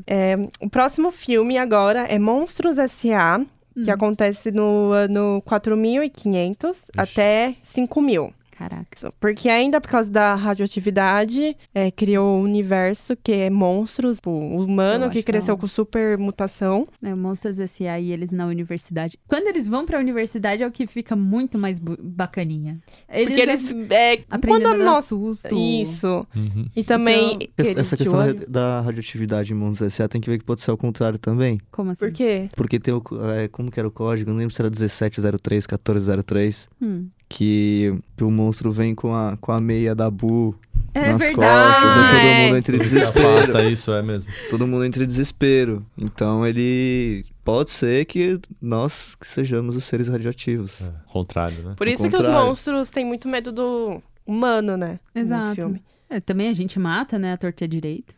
Speaker 1: O próximo filme agora é Monstros S.A., que
Speaker 2: Hum.
Speaker 1: acontece no ano 4.500 até 5.000.
Speaker 2: Caraca.
Speaker 1: Porque ainda por causa da radioatividade, é, criou o universo que é monstros, tipo,
Speaker 2: Eu
Speaker 1: humano que
Speaker 2: acho
Speaker 1: cresceu
Speaker 2: da
Speaker 1: com super mutação.
Speaker 2: É, Monsters S.A. e eles na universidade. Quando eles vão pra universidade é o que fica muito mais bu- bacaninha. Eles,
Speaker 1: porque eles é,
Speaker 2: aprendem
Speaker 1: quando
Speaker 2: a
Speaker 1: a
Speaker 2: dar
Speaker 1: nossa
Speaker 2: susto.
Speaker 1: isso.
Speaker 4: Uhum.
Speaker 1: E também
Speaker 3: Essa-
Speaker 1: aquele
Speaker 3: Essa
Speaker 1: de
Speaker 3: questão da-
Speaker 1: olho.
Speaker 3: da radioatividade em mundos SA tem que ver que pode ser ao contrário também.
Speaker 2: Como assim?
Speaker 1: Por quê?
Speaker 3: Porque tem o. co- é, como que era o código? Não lembro se era 1703, 1403.
Speaker 2: Hum.
Speaker 3: Que, que o monstro vem com a, com a meia da Bu
Speaker 2: É
Speaker 3: nas
Speaker 2: verdade.
Speaker 3: costas. assim. E todo
Speaker 1: é.
Speaker 3: mundo entre
Speaker 4: Porque
Speaker 3: desespero.
Speaker 4: afasta isso, é mesmo.
Speaker 3: todo mundo entre desespero. Então ele. Pode ser que nós que sejamos os seres radioativos.
Speaker 4: É, contrário, né?
Speaker 1: Por
Speaker 3: Ao
Speaker 1: isso que os
Speaker 3: contrário.
Speaker 1: monstros têm muito medo do humano, né? No
Speaker 2: Exato.
Speaker 1: filme.
Speaker 2: É, também a gente mata, né, a torta direito.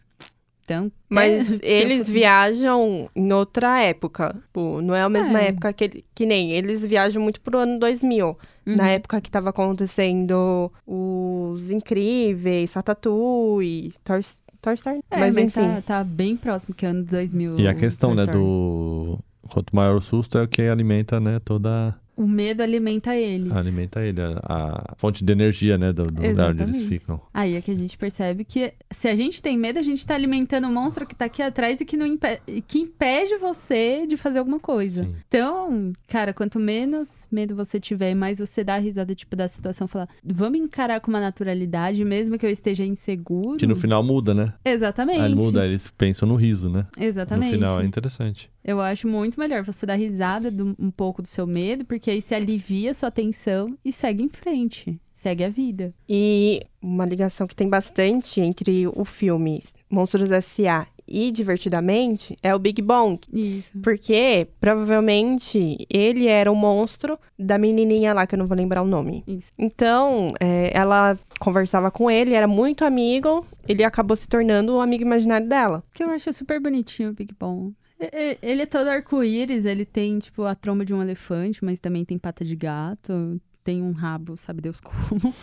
Speaker 2: Então,
Speaker 1: Mas
Speaker 2: se eu
Speaker 1: eles
Speaker 2: for-
Speaker 1: viajam em outra época. Tipo, não é a mesma
Speaker 2: É.
Speaker 1: época que, ele- que nem. Eles viajam muito pro ano 2000.
Speaker 2: Uhum.
Speaker 1: Na época que tava acontecendo os Incríveis, Ratatouille, Toy, Toy Story.
Speaker 2: É,
Speaker 1: mas,
Speaker 2: mas
Speaker 1: enfim.
Speaker 2: tá, tá bem próximo que ano 2000.
Speaker 4: E a questão,
Speaker 2: Toy
Speaker 4: né,
Speaker 2: Story.
Speaker 4: do... Quanto maior o susto é o que alimenta, né, toda...
Speaker 2: O medo alimenta eles.
Speaker 4: Alimenta ele, a, a fonte de energia, né, do, do lugar onde eles
Speaker 2: Exatamente.
Speaker 4: ficam.
Speaker 2: Aí é que a gente percebe que se a gente tem medo, a gente tá alimentando o monstro que tá aqui atrás e que, não impe- que impede você de fazer alguma coisa.
Speaker 4: Sim.
Speaker 2: Então, cara, quanto menos medo você tiver, e mais você dá a risada, tipo, da situação, falar, vamos encarar com uma naturalidade, mesmo que eu esteja inseguro.
Speaker 4: Que no final muda, né?
Speaker 2: Exatamente.
Speaker 4: Aí muda, eles pensam no riso, né?
Speaker 2: Exatamente.
Speaker 4: No final é interessante.
Speaker 2: Eu acho muito melhor você dar risada do- um pouco do seu medo, porque aí você alivia a sua tensão e segue em frente. Segue a vida.
Speaker 1: E uma ligação que tem bastante entre o filme Monstros S.A. e Divertidamente é o Big Bang.
Speaker 2: Isso.
Speaker 1: Porque provavelmente ele era o monstro da menininha lá, que eu não vou lembrar o nome.
Speaker 2: Isso.
Speaker 1: Então, é, ela conversava com ele, era muito amigo, ele acabou se tornando o amigo imaginário dela.
Speaker 2: Que eu acho super bonitinho o Big Bom. E- e- Ele é todo arco-íris, ele tem, tipo, a tromba de um elefante, mas também tem pata de gato, tem um rabo, sabe Deus como.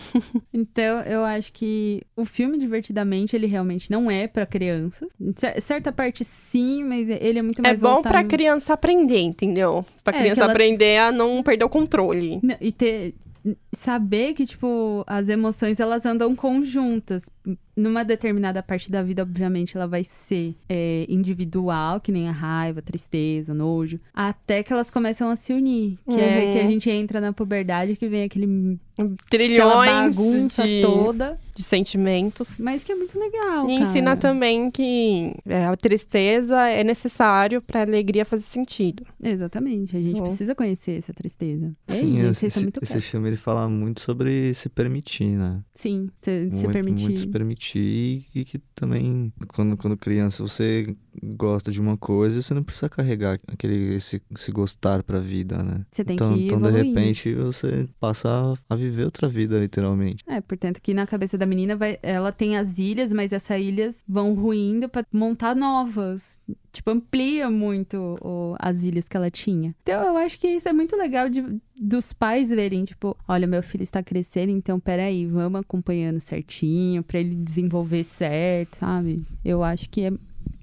Speaker 2: então, eu acho que o filme, divertidamente, ele realmente não é pra crianças. Cer- Certa parte sim, mas ele é muito mais
Speaker 1: é bom pra
Speaker 2: voltado-
Speaker 1: criança aprender, entendeu? Pra
Speaker 2: É, que
Speaker 1: criança
Speaker 2: ela-
Speaker 1: aprender a não perder o controle.
Speaker 2: Não, e ter saber que tipo as emoções elas andam conjuntas numa determinada parte da vida obviamente ela vai ser é, individual que nem a raiva a tristeza o nojo até que elas começam a se unir que é
Speaker 1: Uhum.
Speaker 2: que a gente entra na puberdade que vem aquele aquela
Speaker 1: Trilhões
Speaker 2: bagunça
Speaker 1: de,
Speaker 2: toda
Speaker 1: de sentimentos.
Speaker 2: mas que é muito legal
Speaker 1: E
Speaker 2: cara.
Speaker 1: ensina também que é, a tristeza é necessário pra alegria fazer sentido.
Speaker 2: exatamente a gente
Speaker 1: Bom.
Speaker 2: precisa conhecer essa tristeza é
Speaker 3: Sim,
Speaker 2: gente
Speaker 3: esse,
Speaker 2: vocês são muito
Speaker 3: esse
Speaker 2: quietos.
Speaker 3: filme ele fala muito sobre se permitir, né?
Speaker 2: sim se, se
Speaker 3: muito,
Speaker 2: permitir
Speaker 3: muito se permitir e que também quando, quando criança você gosta de uma coisa você não precisa carregar aquele esse, esse gostar pra vida, né?
Speaker 2: você tem
Speaker 3: Então,
Speaker 2: que ir
Speaker 3: então de
Speaker 2: evoluindo.
Speaker 3: repente você passa a- a viver outra vida literalmente.
Speaker 2: É, portanto, que na cabeça da menina vai, ela tem as ilhas, mas essas ilhas vão ruindo pra montar novas. Tipo, amplia muito o- as ilhas que ela tinha. Então, eu acho que isso é muito legal de- dos pais verem, tipo, olha, meu filho está crescendo, então peraí, vamos acompanhando certinho pra ele desenvolver certo, sabe? Eu acho que é,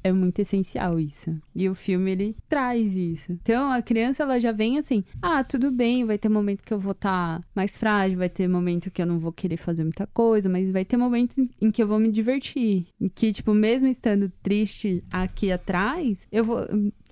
Speaker 2: é muito essencial isso. E o filme, ele traz isso. Então, a criança, ela já vem assim: ah, tudo bem, vai ter momento que eu vou estar mais frágil, vai ter momento que eu não vou querer fazer muita coisa, mas vai ter momentos em- em que eu vou me divertir. Em que, tipo, mesmo estando triste aqui atrás, eu vou.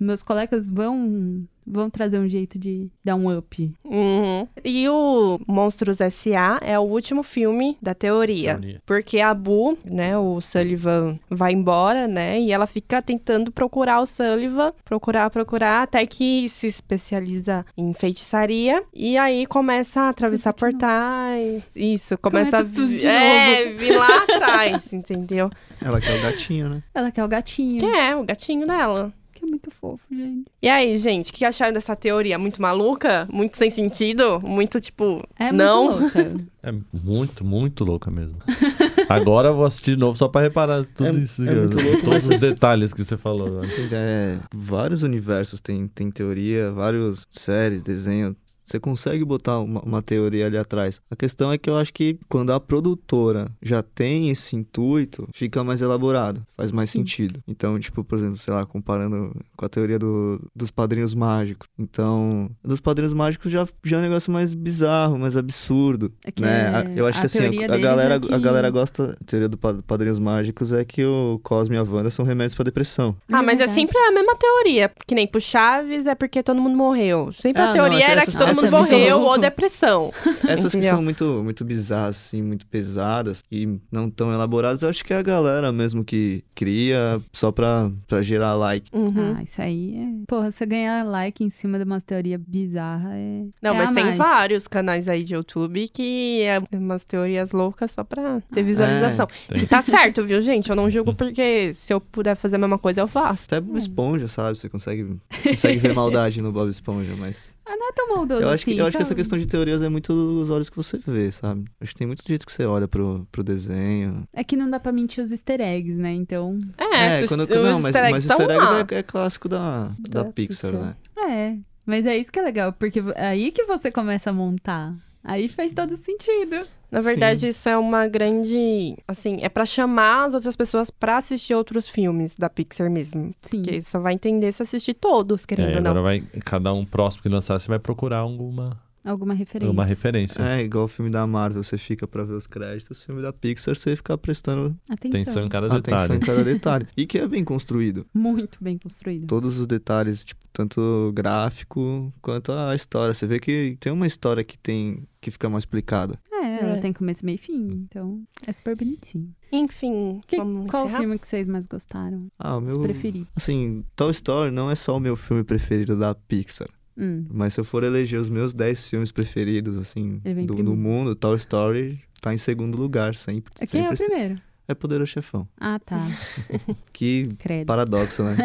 Speaker 2: Meus colegas vão. Vão trazer um jeito de dar um up.
Speaker 1: Uhum. E o Monstros S.A. é o último filme da teoria.
Speaker 4: Teoria.
Speaker 1: Porque a Bu, né, o Sullivan vai embora, né, e ela fica tentando procurar o Sullivan, procurar, procurar, até que se especializa em feitiçaria, e aí começa a atravessar
Speaker 2: Tudo de novo.
Speaker 1: portais, isso, começa, a
Speaker 2: Começa tudo
Speaker 1: vi-
Speaker 2: de
Speaker 1: é, vir lá atrás, entendeu?
Speaker 3: Ela quer o gatinho, né?
Speaker 2: Ela quer o gatinho.
Speaker 1: Que é, o gatinho dela.
Speaker 2: Que é muito fofo, gente.
Speaker 1: E aí, gente, o que acharam dessa teoria? Muito maluca? Muito sem sentido? Muito, tipo,
Speaker 2: É
Speaker 1: Não.
Speaker 2: muito louca.
Speaker 4: É muito, muito louca mesmo. Agora eu vou assistir de novo só pra reparar tudo
Speaker 3: É-
Speaker 4: isso.
Speaker 3: é
Speaker 4: cara.
Speaker 3: muito louco,
Speaker 4: todos
Speaker 3: mas-
Speaker 4: os detalhes que você falou. né?
Speaker 3: Assim, é, vários universos tem, tem teoria, vários séries, desenho. Você consegue botar uma, uma teoria ali atrás. A questão é que eu acho que quando a produtora já tem esse intuito, fica mais elaborado, faz mais sentido. Então, tipo, por exemplo, sei lá, comparando com a teoria do, dos padrinhos mágicos. Então, dos padrinhos mágicos já, já é um negócio mais bizarro, mais absurdo.
Speaker 2: É que
Speaker 3: né?
Speaker 2: é-
Speaker 3: A- Eu acho
Speaker 2: a
Speaker 3: que assim,
Speaker 2: teoria
Speaker 3: a, a
Speaker 2: deles
Speaker 3: galera,
Speaker 2: é que-
Speaker 3: a galera gosta. A teoria dos padrinhos mágicos é que o Cosme e a Wanda são remédios pra depressão.
Speaker 1: Ah, mas é
Speaker 2: Verdade.
Speaker 1: sempre a mesma teoria. Que nem pro Chaves é porque todo mundo morreu. Sempre
Speaker 3: Ah,
Speaker 1: a
Speaker 3: não,
Speaker 1: teoria
Speaker 3: essa-
Speaker 1: era
Speaker 3: essa-
Speaker 1: que todo
Speaker 3: essa
Speaker 1: mundo
Speaker 3: é muito
Speaker 1: morreu ou
Speaker 2: louco.
Speaker 1: depressão.
Speaker 3: Essas que
Speaker 1: Entendeu?
Speaker 3: são muito, muito bizarras, assim, muito pesadas e não tão elaboradas, eu acho que é a galera mesmo que cria só pra, pra gerar like.
Speaker 1: Uhum.
Speaker 2: Ah, isso aí é. Porra, você ganhar like em cima de uma teoria bizarra é.
Speaker 1: Não,
Speaker 2: é
Speaker 1: mas
Speaker 2: a
Speaker 1: tem
Speaker 2: mais.
Speaker 1: vários canais aí de YouTube que é umas teorias loucas só pra
Speaker 3: Ah.
Speaker 1: ter visualização.
Speaker 3: É,
Speaker 4: tem.
Speaker 1: que tá certo, viu, gente? Eu não julgo porque se eu puder fazer a mesma coisa, eu faço.
Speaker 3: Até Bob Esponja, sabe? Você consegue, consegue ver maldade no Bob Esponja, mas.
Speaker 2: Ah, não é tão maldoso
Speaker 3: Eu acho, que,
Speaker 2: assim,
Speaker 3: eu acho que essa
Speaker 2: sabe?
Speaker 3: questão de teorias é muito os olhos que você vê, sabe? Acho que tem muito jeito que você olha pro, pro desenho.
Speaker 2: É que não dá pra mentir os easter eggs, né? Então.
Speaker 1: É, se os-
Speaker 3: quando.
Speaker 1: os
Speaker 3: não, mas,
Speaker 1: easter eggs
Speaker 3: mas
Speaker 1: tão
Speaker 3: easter eggs
Speaker 1: lá.
Speaker 3: é, é clássico da,
Speaker 1: Da
Speaker 3: da, Pixar,
Speaker 1: Pixar.
Speaker 3: né?
Speaker 2: É. Mas é isso que é legal, porque é aí que você começa a montar. Aí faz todo sentido.
Speaker 1: Na
Speaker 3: Sim.
Speaker 1: verdade, isso é uma grande. Assim, é pra chamar as outras pessoas pra assistir outros filmes da Pixar mesmo.
Speaker 2: Sim.
Speaker 1: Porque só vai entender se assistir todos,
Speaker 4: É,
Speaker 1: querendo ou
Speaker 4: agora
Speaker 1: não.
Speaker 4: vai, cada um próximo que lançar, você vai procurar alguma,
Speaker 2: Alguma referência.
Speaker 4: alguma referência.
Speaker 3: É, igual o filme da Marvel, você fica pra ver os créditos, o filme da Pixar, você fica prestando
Speaker 2: Atenção.
Speaker 4: Atenção em cada
Speaker 3: atenção
Speaker 4: detalhe.
Speaker 3: em cada detalhe. E que é bem construído.
Speaker 2: Muito bem construído.
Speaker 3: Todos os detalhes, tipo, tanto gráfico quanto a história. Você vê que tem uma história que tem que fica mais explicada.
Speaker 2: É, ela
Speaker 1: É.
Speaker 2: tem começo, meio e fim. Então, é super bonitinho.
Speaker 1: Enfim,
Speaker 2: Que-
Speaker 1: vamos
Speaker 2: qual o
Speaker 1: encerrar?
Speaker 2: filme que vocês mais gostaram?
Speaker 3: Ah, o
Speaker 2: Os
Speaker 3: meu.
Speaker 2: preferidos?
Speaker 3: Assim, Toy Story não é só o meu filme preferido da Pixar.
Speaker 2: Hum.
Speaker 3: Mas se eu for eleger os meus 10 filmes preferidos, assim,
Speaker 2: Ele vem
Speaker 3: do,
Speaker 2: primeiro.
Speaker 3: do mundo, Toy Story tá em segundo lugar sempre.
Speaker 2: É Quem é
Speaker 3: sempre
Speaker 2: o
Speaker 3: está-
Speaker 2: primeiro?
Speaker 3: é Poderoso Chefão.
Speaker 2: Ah, tá.
Speaker 3: Que
Speaker 2: Credo.
Speaker 4: Tá.
Speaker 3: paradoxo, né?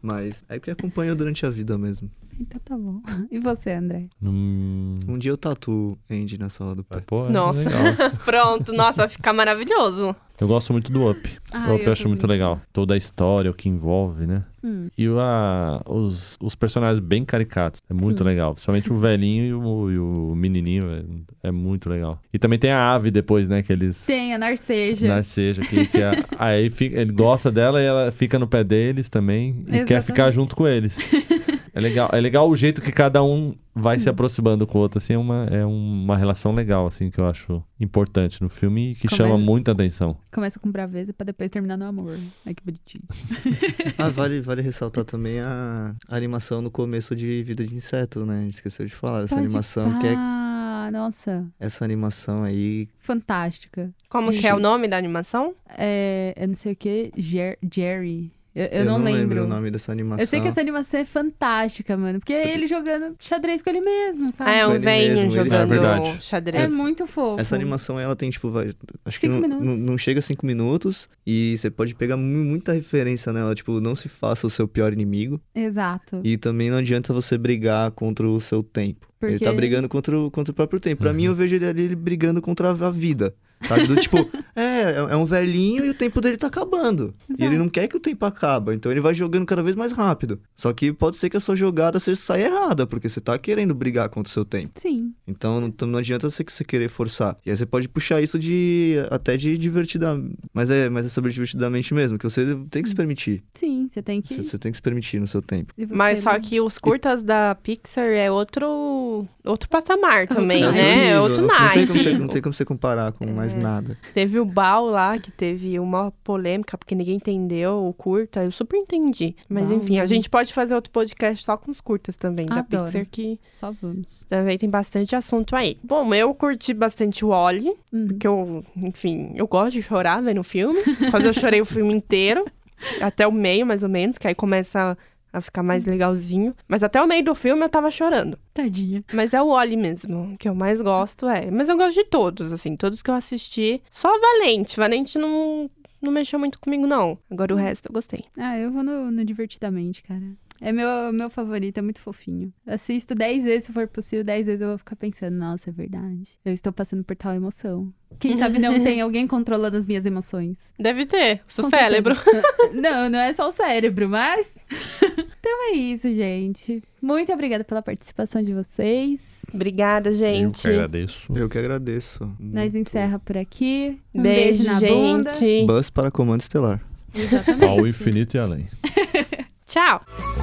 Speaker 3: Mas é que acompanha durante a vida mesmo.
Speaker 2: Então tá bom. E você, André?
Speaker 4: Hum,
Speaker 3: Um dia eu tatuo Andy na sala do pé.
Speaker 4: pô, é
Speaker 1: Nossa.
Speaker 4: legal.
Speaker 1: Pronto, nossa, vai ficar maravilhoso.
Speaker 4: Eu gosto muito do Up.
Speaker 2: Ah,
Speaker 4: o Up eu acho muito
Speaker 2: também.
Speaker 4: legal. Toda a história, o que envolve, né?
Speaker 2: Hum.
Speaker 4: E o- a, os, os personagens bem caricatos. É muito
Speaker 2: Sim.
Speaker 4: legal. Principalmente o velhinho e o, e o menininho. É, é muito legal. E também tem a ave depois, né? Que eles...
Speaker 2: Tem a Narceja.
Speaker 4: Narceja, que, que a- aí fica- ele gosta dela e ela fica no pé deles também e quer
Speaker 2: Exatamente.
Speaker 4: ficar junto com eles. É legal, é legal o jeito que cada um vai se aproximando com o outro, assim, é uma, é uma relação legal, assim, que eu acho importante no filme e que
Speaker 2: Como
Speaker 4: chama
Speaker 2: é-
Speaker 4: muita atenção.
Speaker 2: Começa com braveza pra depois terminar no amor. Ai, que bonitinho.
Speaker 3: Ah, vale, vale ressaltar também a, a animação no começo de Vida de Inseto, né? A gente esqueceu de falar. Essa
Speaker 2: Pode
Speaker 3: animação que é.
Speaker 2: pá, Nossa,
Speaker 3: Essa animação aí.
Speaker 2: fantástica.
Speaker 1: Como que é o nome da animação?
Speaker 2: É, eu não sei o que, Jer- Jerry. Eu, eu não,
Speaker 3: o nome dessa animação.
Speaker 2: Eu sei que essa animação é fantástica, mano. Porque é ele jogando xadrez com ele mesmo, sabe?
Speaker 1: Ah, é
Speaker 3: Com
Speaker 1: um
Speaker 3: ele
Speaker 1: velhinho
Speaker 3: mesmo, ele
Speaker 1: jogando
Speaker 4: sabe.
Speaker 1: xadrez.
Speaker 2: É muito fofo.
Speaker 3: Essa animação, ela tem, tipo, vai, acho que
Speaker 2: Cinco
Speaker 3: não,
Speaker 2: minutos.
Speaker 3: não- não chega a cinco minutos e você pode pegar mu- muita referência nela. Tipo, não se faça o seu pior inimigo
Speaker 2: Exato.
Speaker 3: e também não adianta você brigar contra o seu tempo. Ele
Speaker 2: Porque- Uhum.
Speaker 3: tá brigando contra o, contra o próprio tempo. Pra mim, eu vejo ele ali ele brigando contra a vida. Sabe? Do tipo, é, é um velhinho e o tempo dele tá acabando. E ele não quer que o tempo acaba, então ele vai jogando cada vez mais rápido. Só que pode ser que a sua jogada você saia errada, porque você tá querendo brigar contra o seu tempo.
Speaker 2: Sim.
Speaker 3: Então não, tam- não adianta você, que você querer forçar. E aí você pode puxar isso de até de divertidamente. Mas é, mas é sobre divertidamente mesmo, que você tem que se permitir.
Speaker 2: Sim, você tem que.
Speaker 3: Você, você tem que se permitir no seu tempo.
Speaker 2: e você- é né?
Speaker 1: Mas só que os curtas da Pixar é outro outro patamar também,
Speaker 2: É
Speaker 1: né?
Speaker 2: outro
Speaker 1: É
Speaker 3: nível,
Speaker 1: outro
Speaker 3: não, não, tem como você, não
Speaker 1: naipe.
Speaker 3: tem como você comparar com
Speaker 2: É.
Speaker 3: mais nada.
Speaker 1: Teve o Bal lá, que teve uma polêmica, porque ninguém entendeu o curta. Eu super entendi. Mas
Speaker 2: Baal,
Speaker 1: enfim, a
Speaker 2: né?
Speaker 1: gente pode fazer outro podcast só com os curtas também da
Speaker 2: Adoro.
Speaker 1: Pixar, que
Speaker 2: Só vamos.
Speaker 1: também tem bastante assunto aí. Bom, eu curti bastante o Wally,
Speaker 2: Hum.
Speaker 1: que eu, enfim, eu gosto de chorar vendo filme. Quase eu chorei o filme inteiro, até o meio mais ou menos, que aí começa a ficar mais legalzinho. Mas até o meio do filme eu tava chorando.
Speaker 2: Tadinha.
Speaker 1: Mas é o Wally mesmo, que eu mais gosto, é. Mas eu gosto de todos, assim, todos que eu assisti. Só o Valente. Valente não, não mexeu muito comigo, não.
Speaker 2: Hum.
Speaker 1: Agora o resto eu gostei.
Speaker 2: Ah, eu vou no, no Divertidamente, cara. É meu, meu favorito, é muito fofinho. Assisto 10 vezes, se for possível, 10 vezes eu vou ficar pensando, nossa, é verdade. Eu estou passando por tal emoção. Quem sabe não tem alguém controlando as minhas emoções.
Speaker 1: Deve ter,
Speaker 2: Com
Speaker 1: seu cérebro.
Speaker 2: certeza. não, não é só o cérebro, mas Então é isso, gente. Muito obrigada pela participação de vocês.
Speaker 1: Obrigada,
Speaker 4: Eu que
Speaker 1: gente.
Speaker 4: agradeço.
Speaker 3: Eu que agradeço.
Speaker 2: Nós
Speaker 3: Muito.
Speaker 2: encerra por aqui. Um
Speaker 1: Beijo,
Speaker 2: beijo, na bunda.
Speaker 1: gente.
Speaker 3: Bus para comando estelar.
Speaker 2: Exatamente.
Speaker 4: Ao infinito e além.
Speaker 1: Tchau.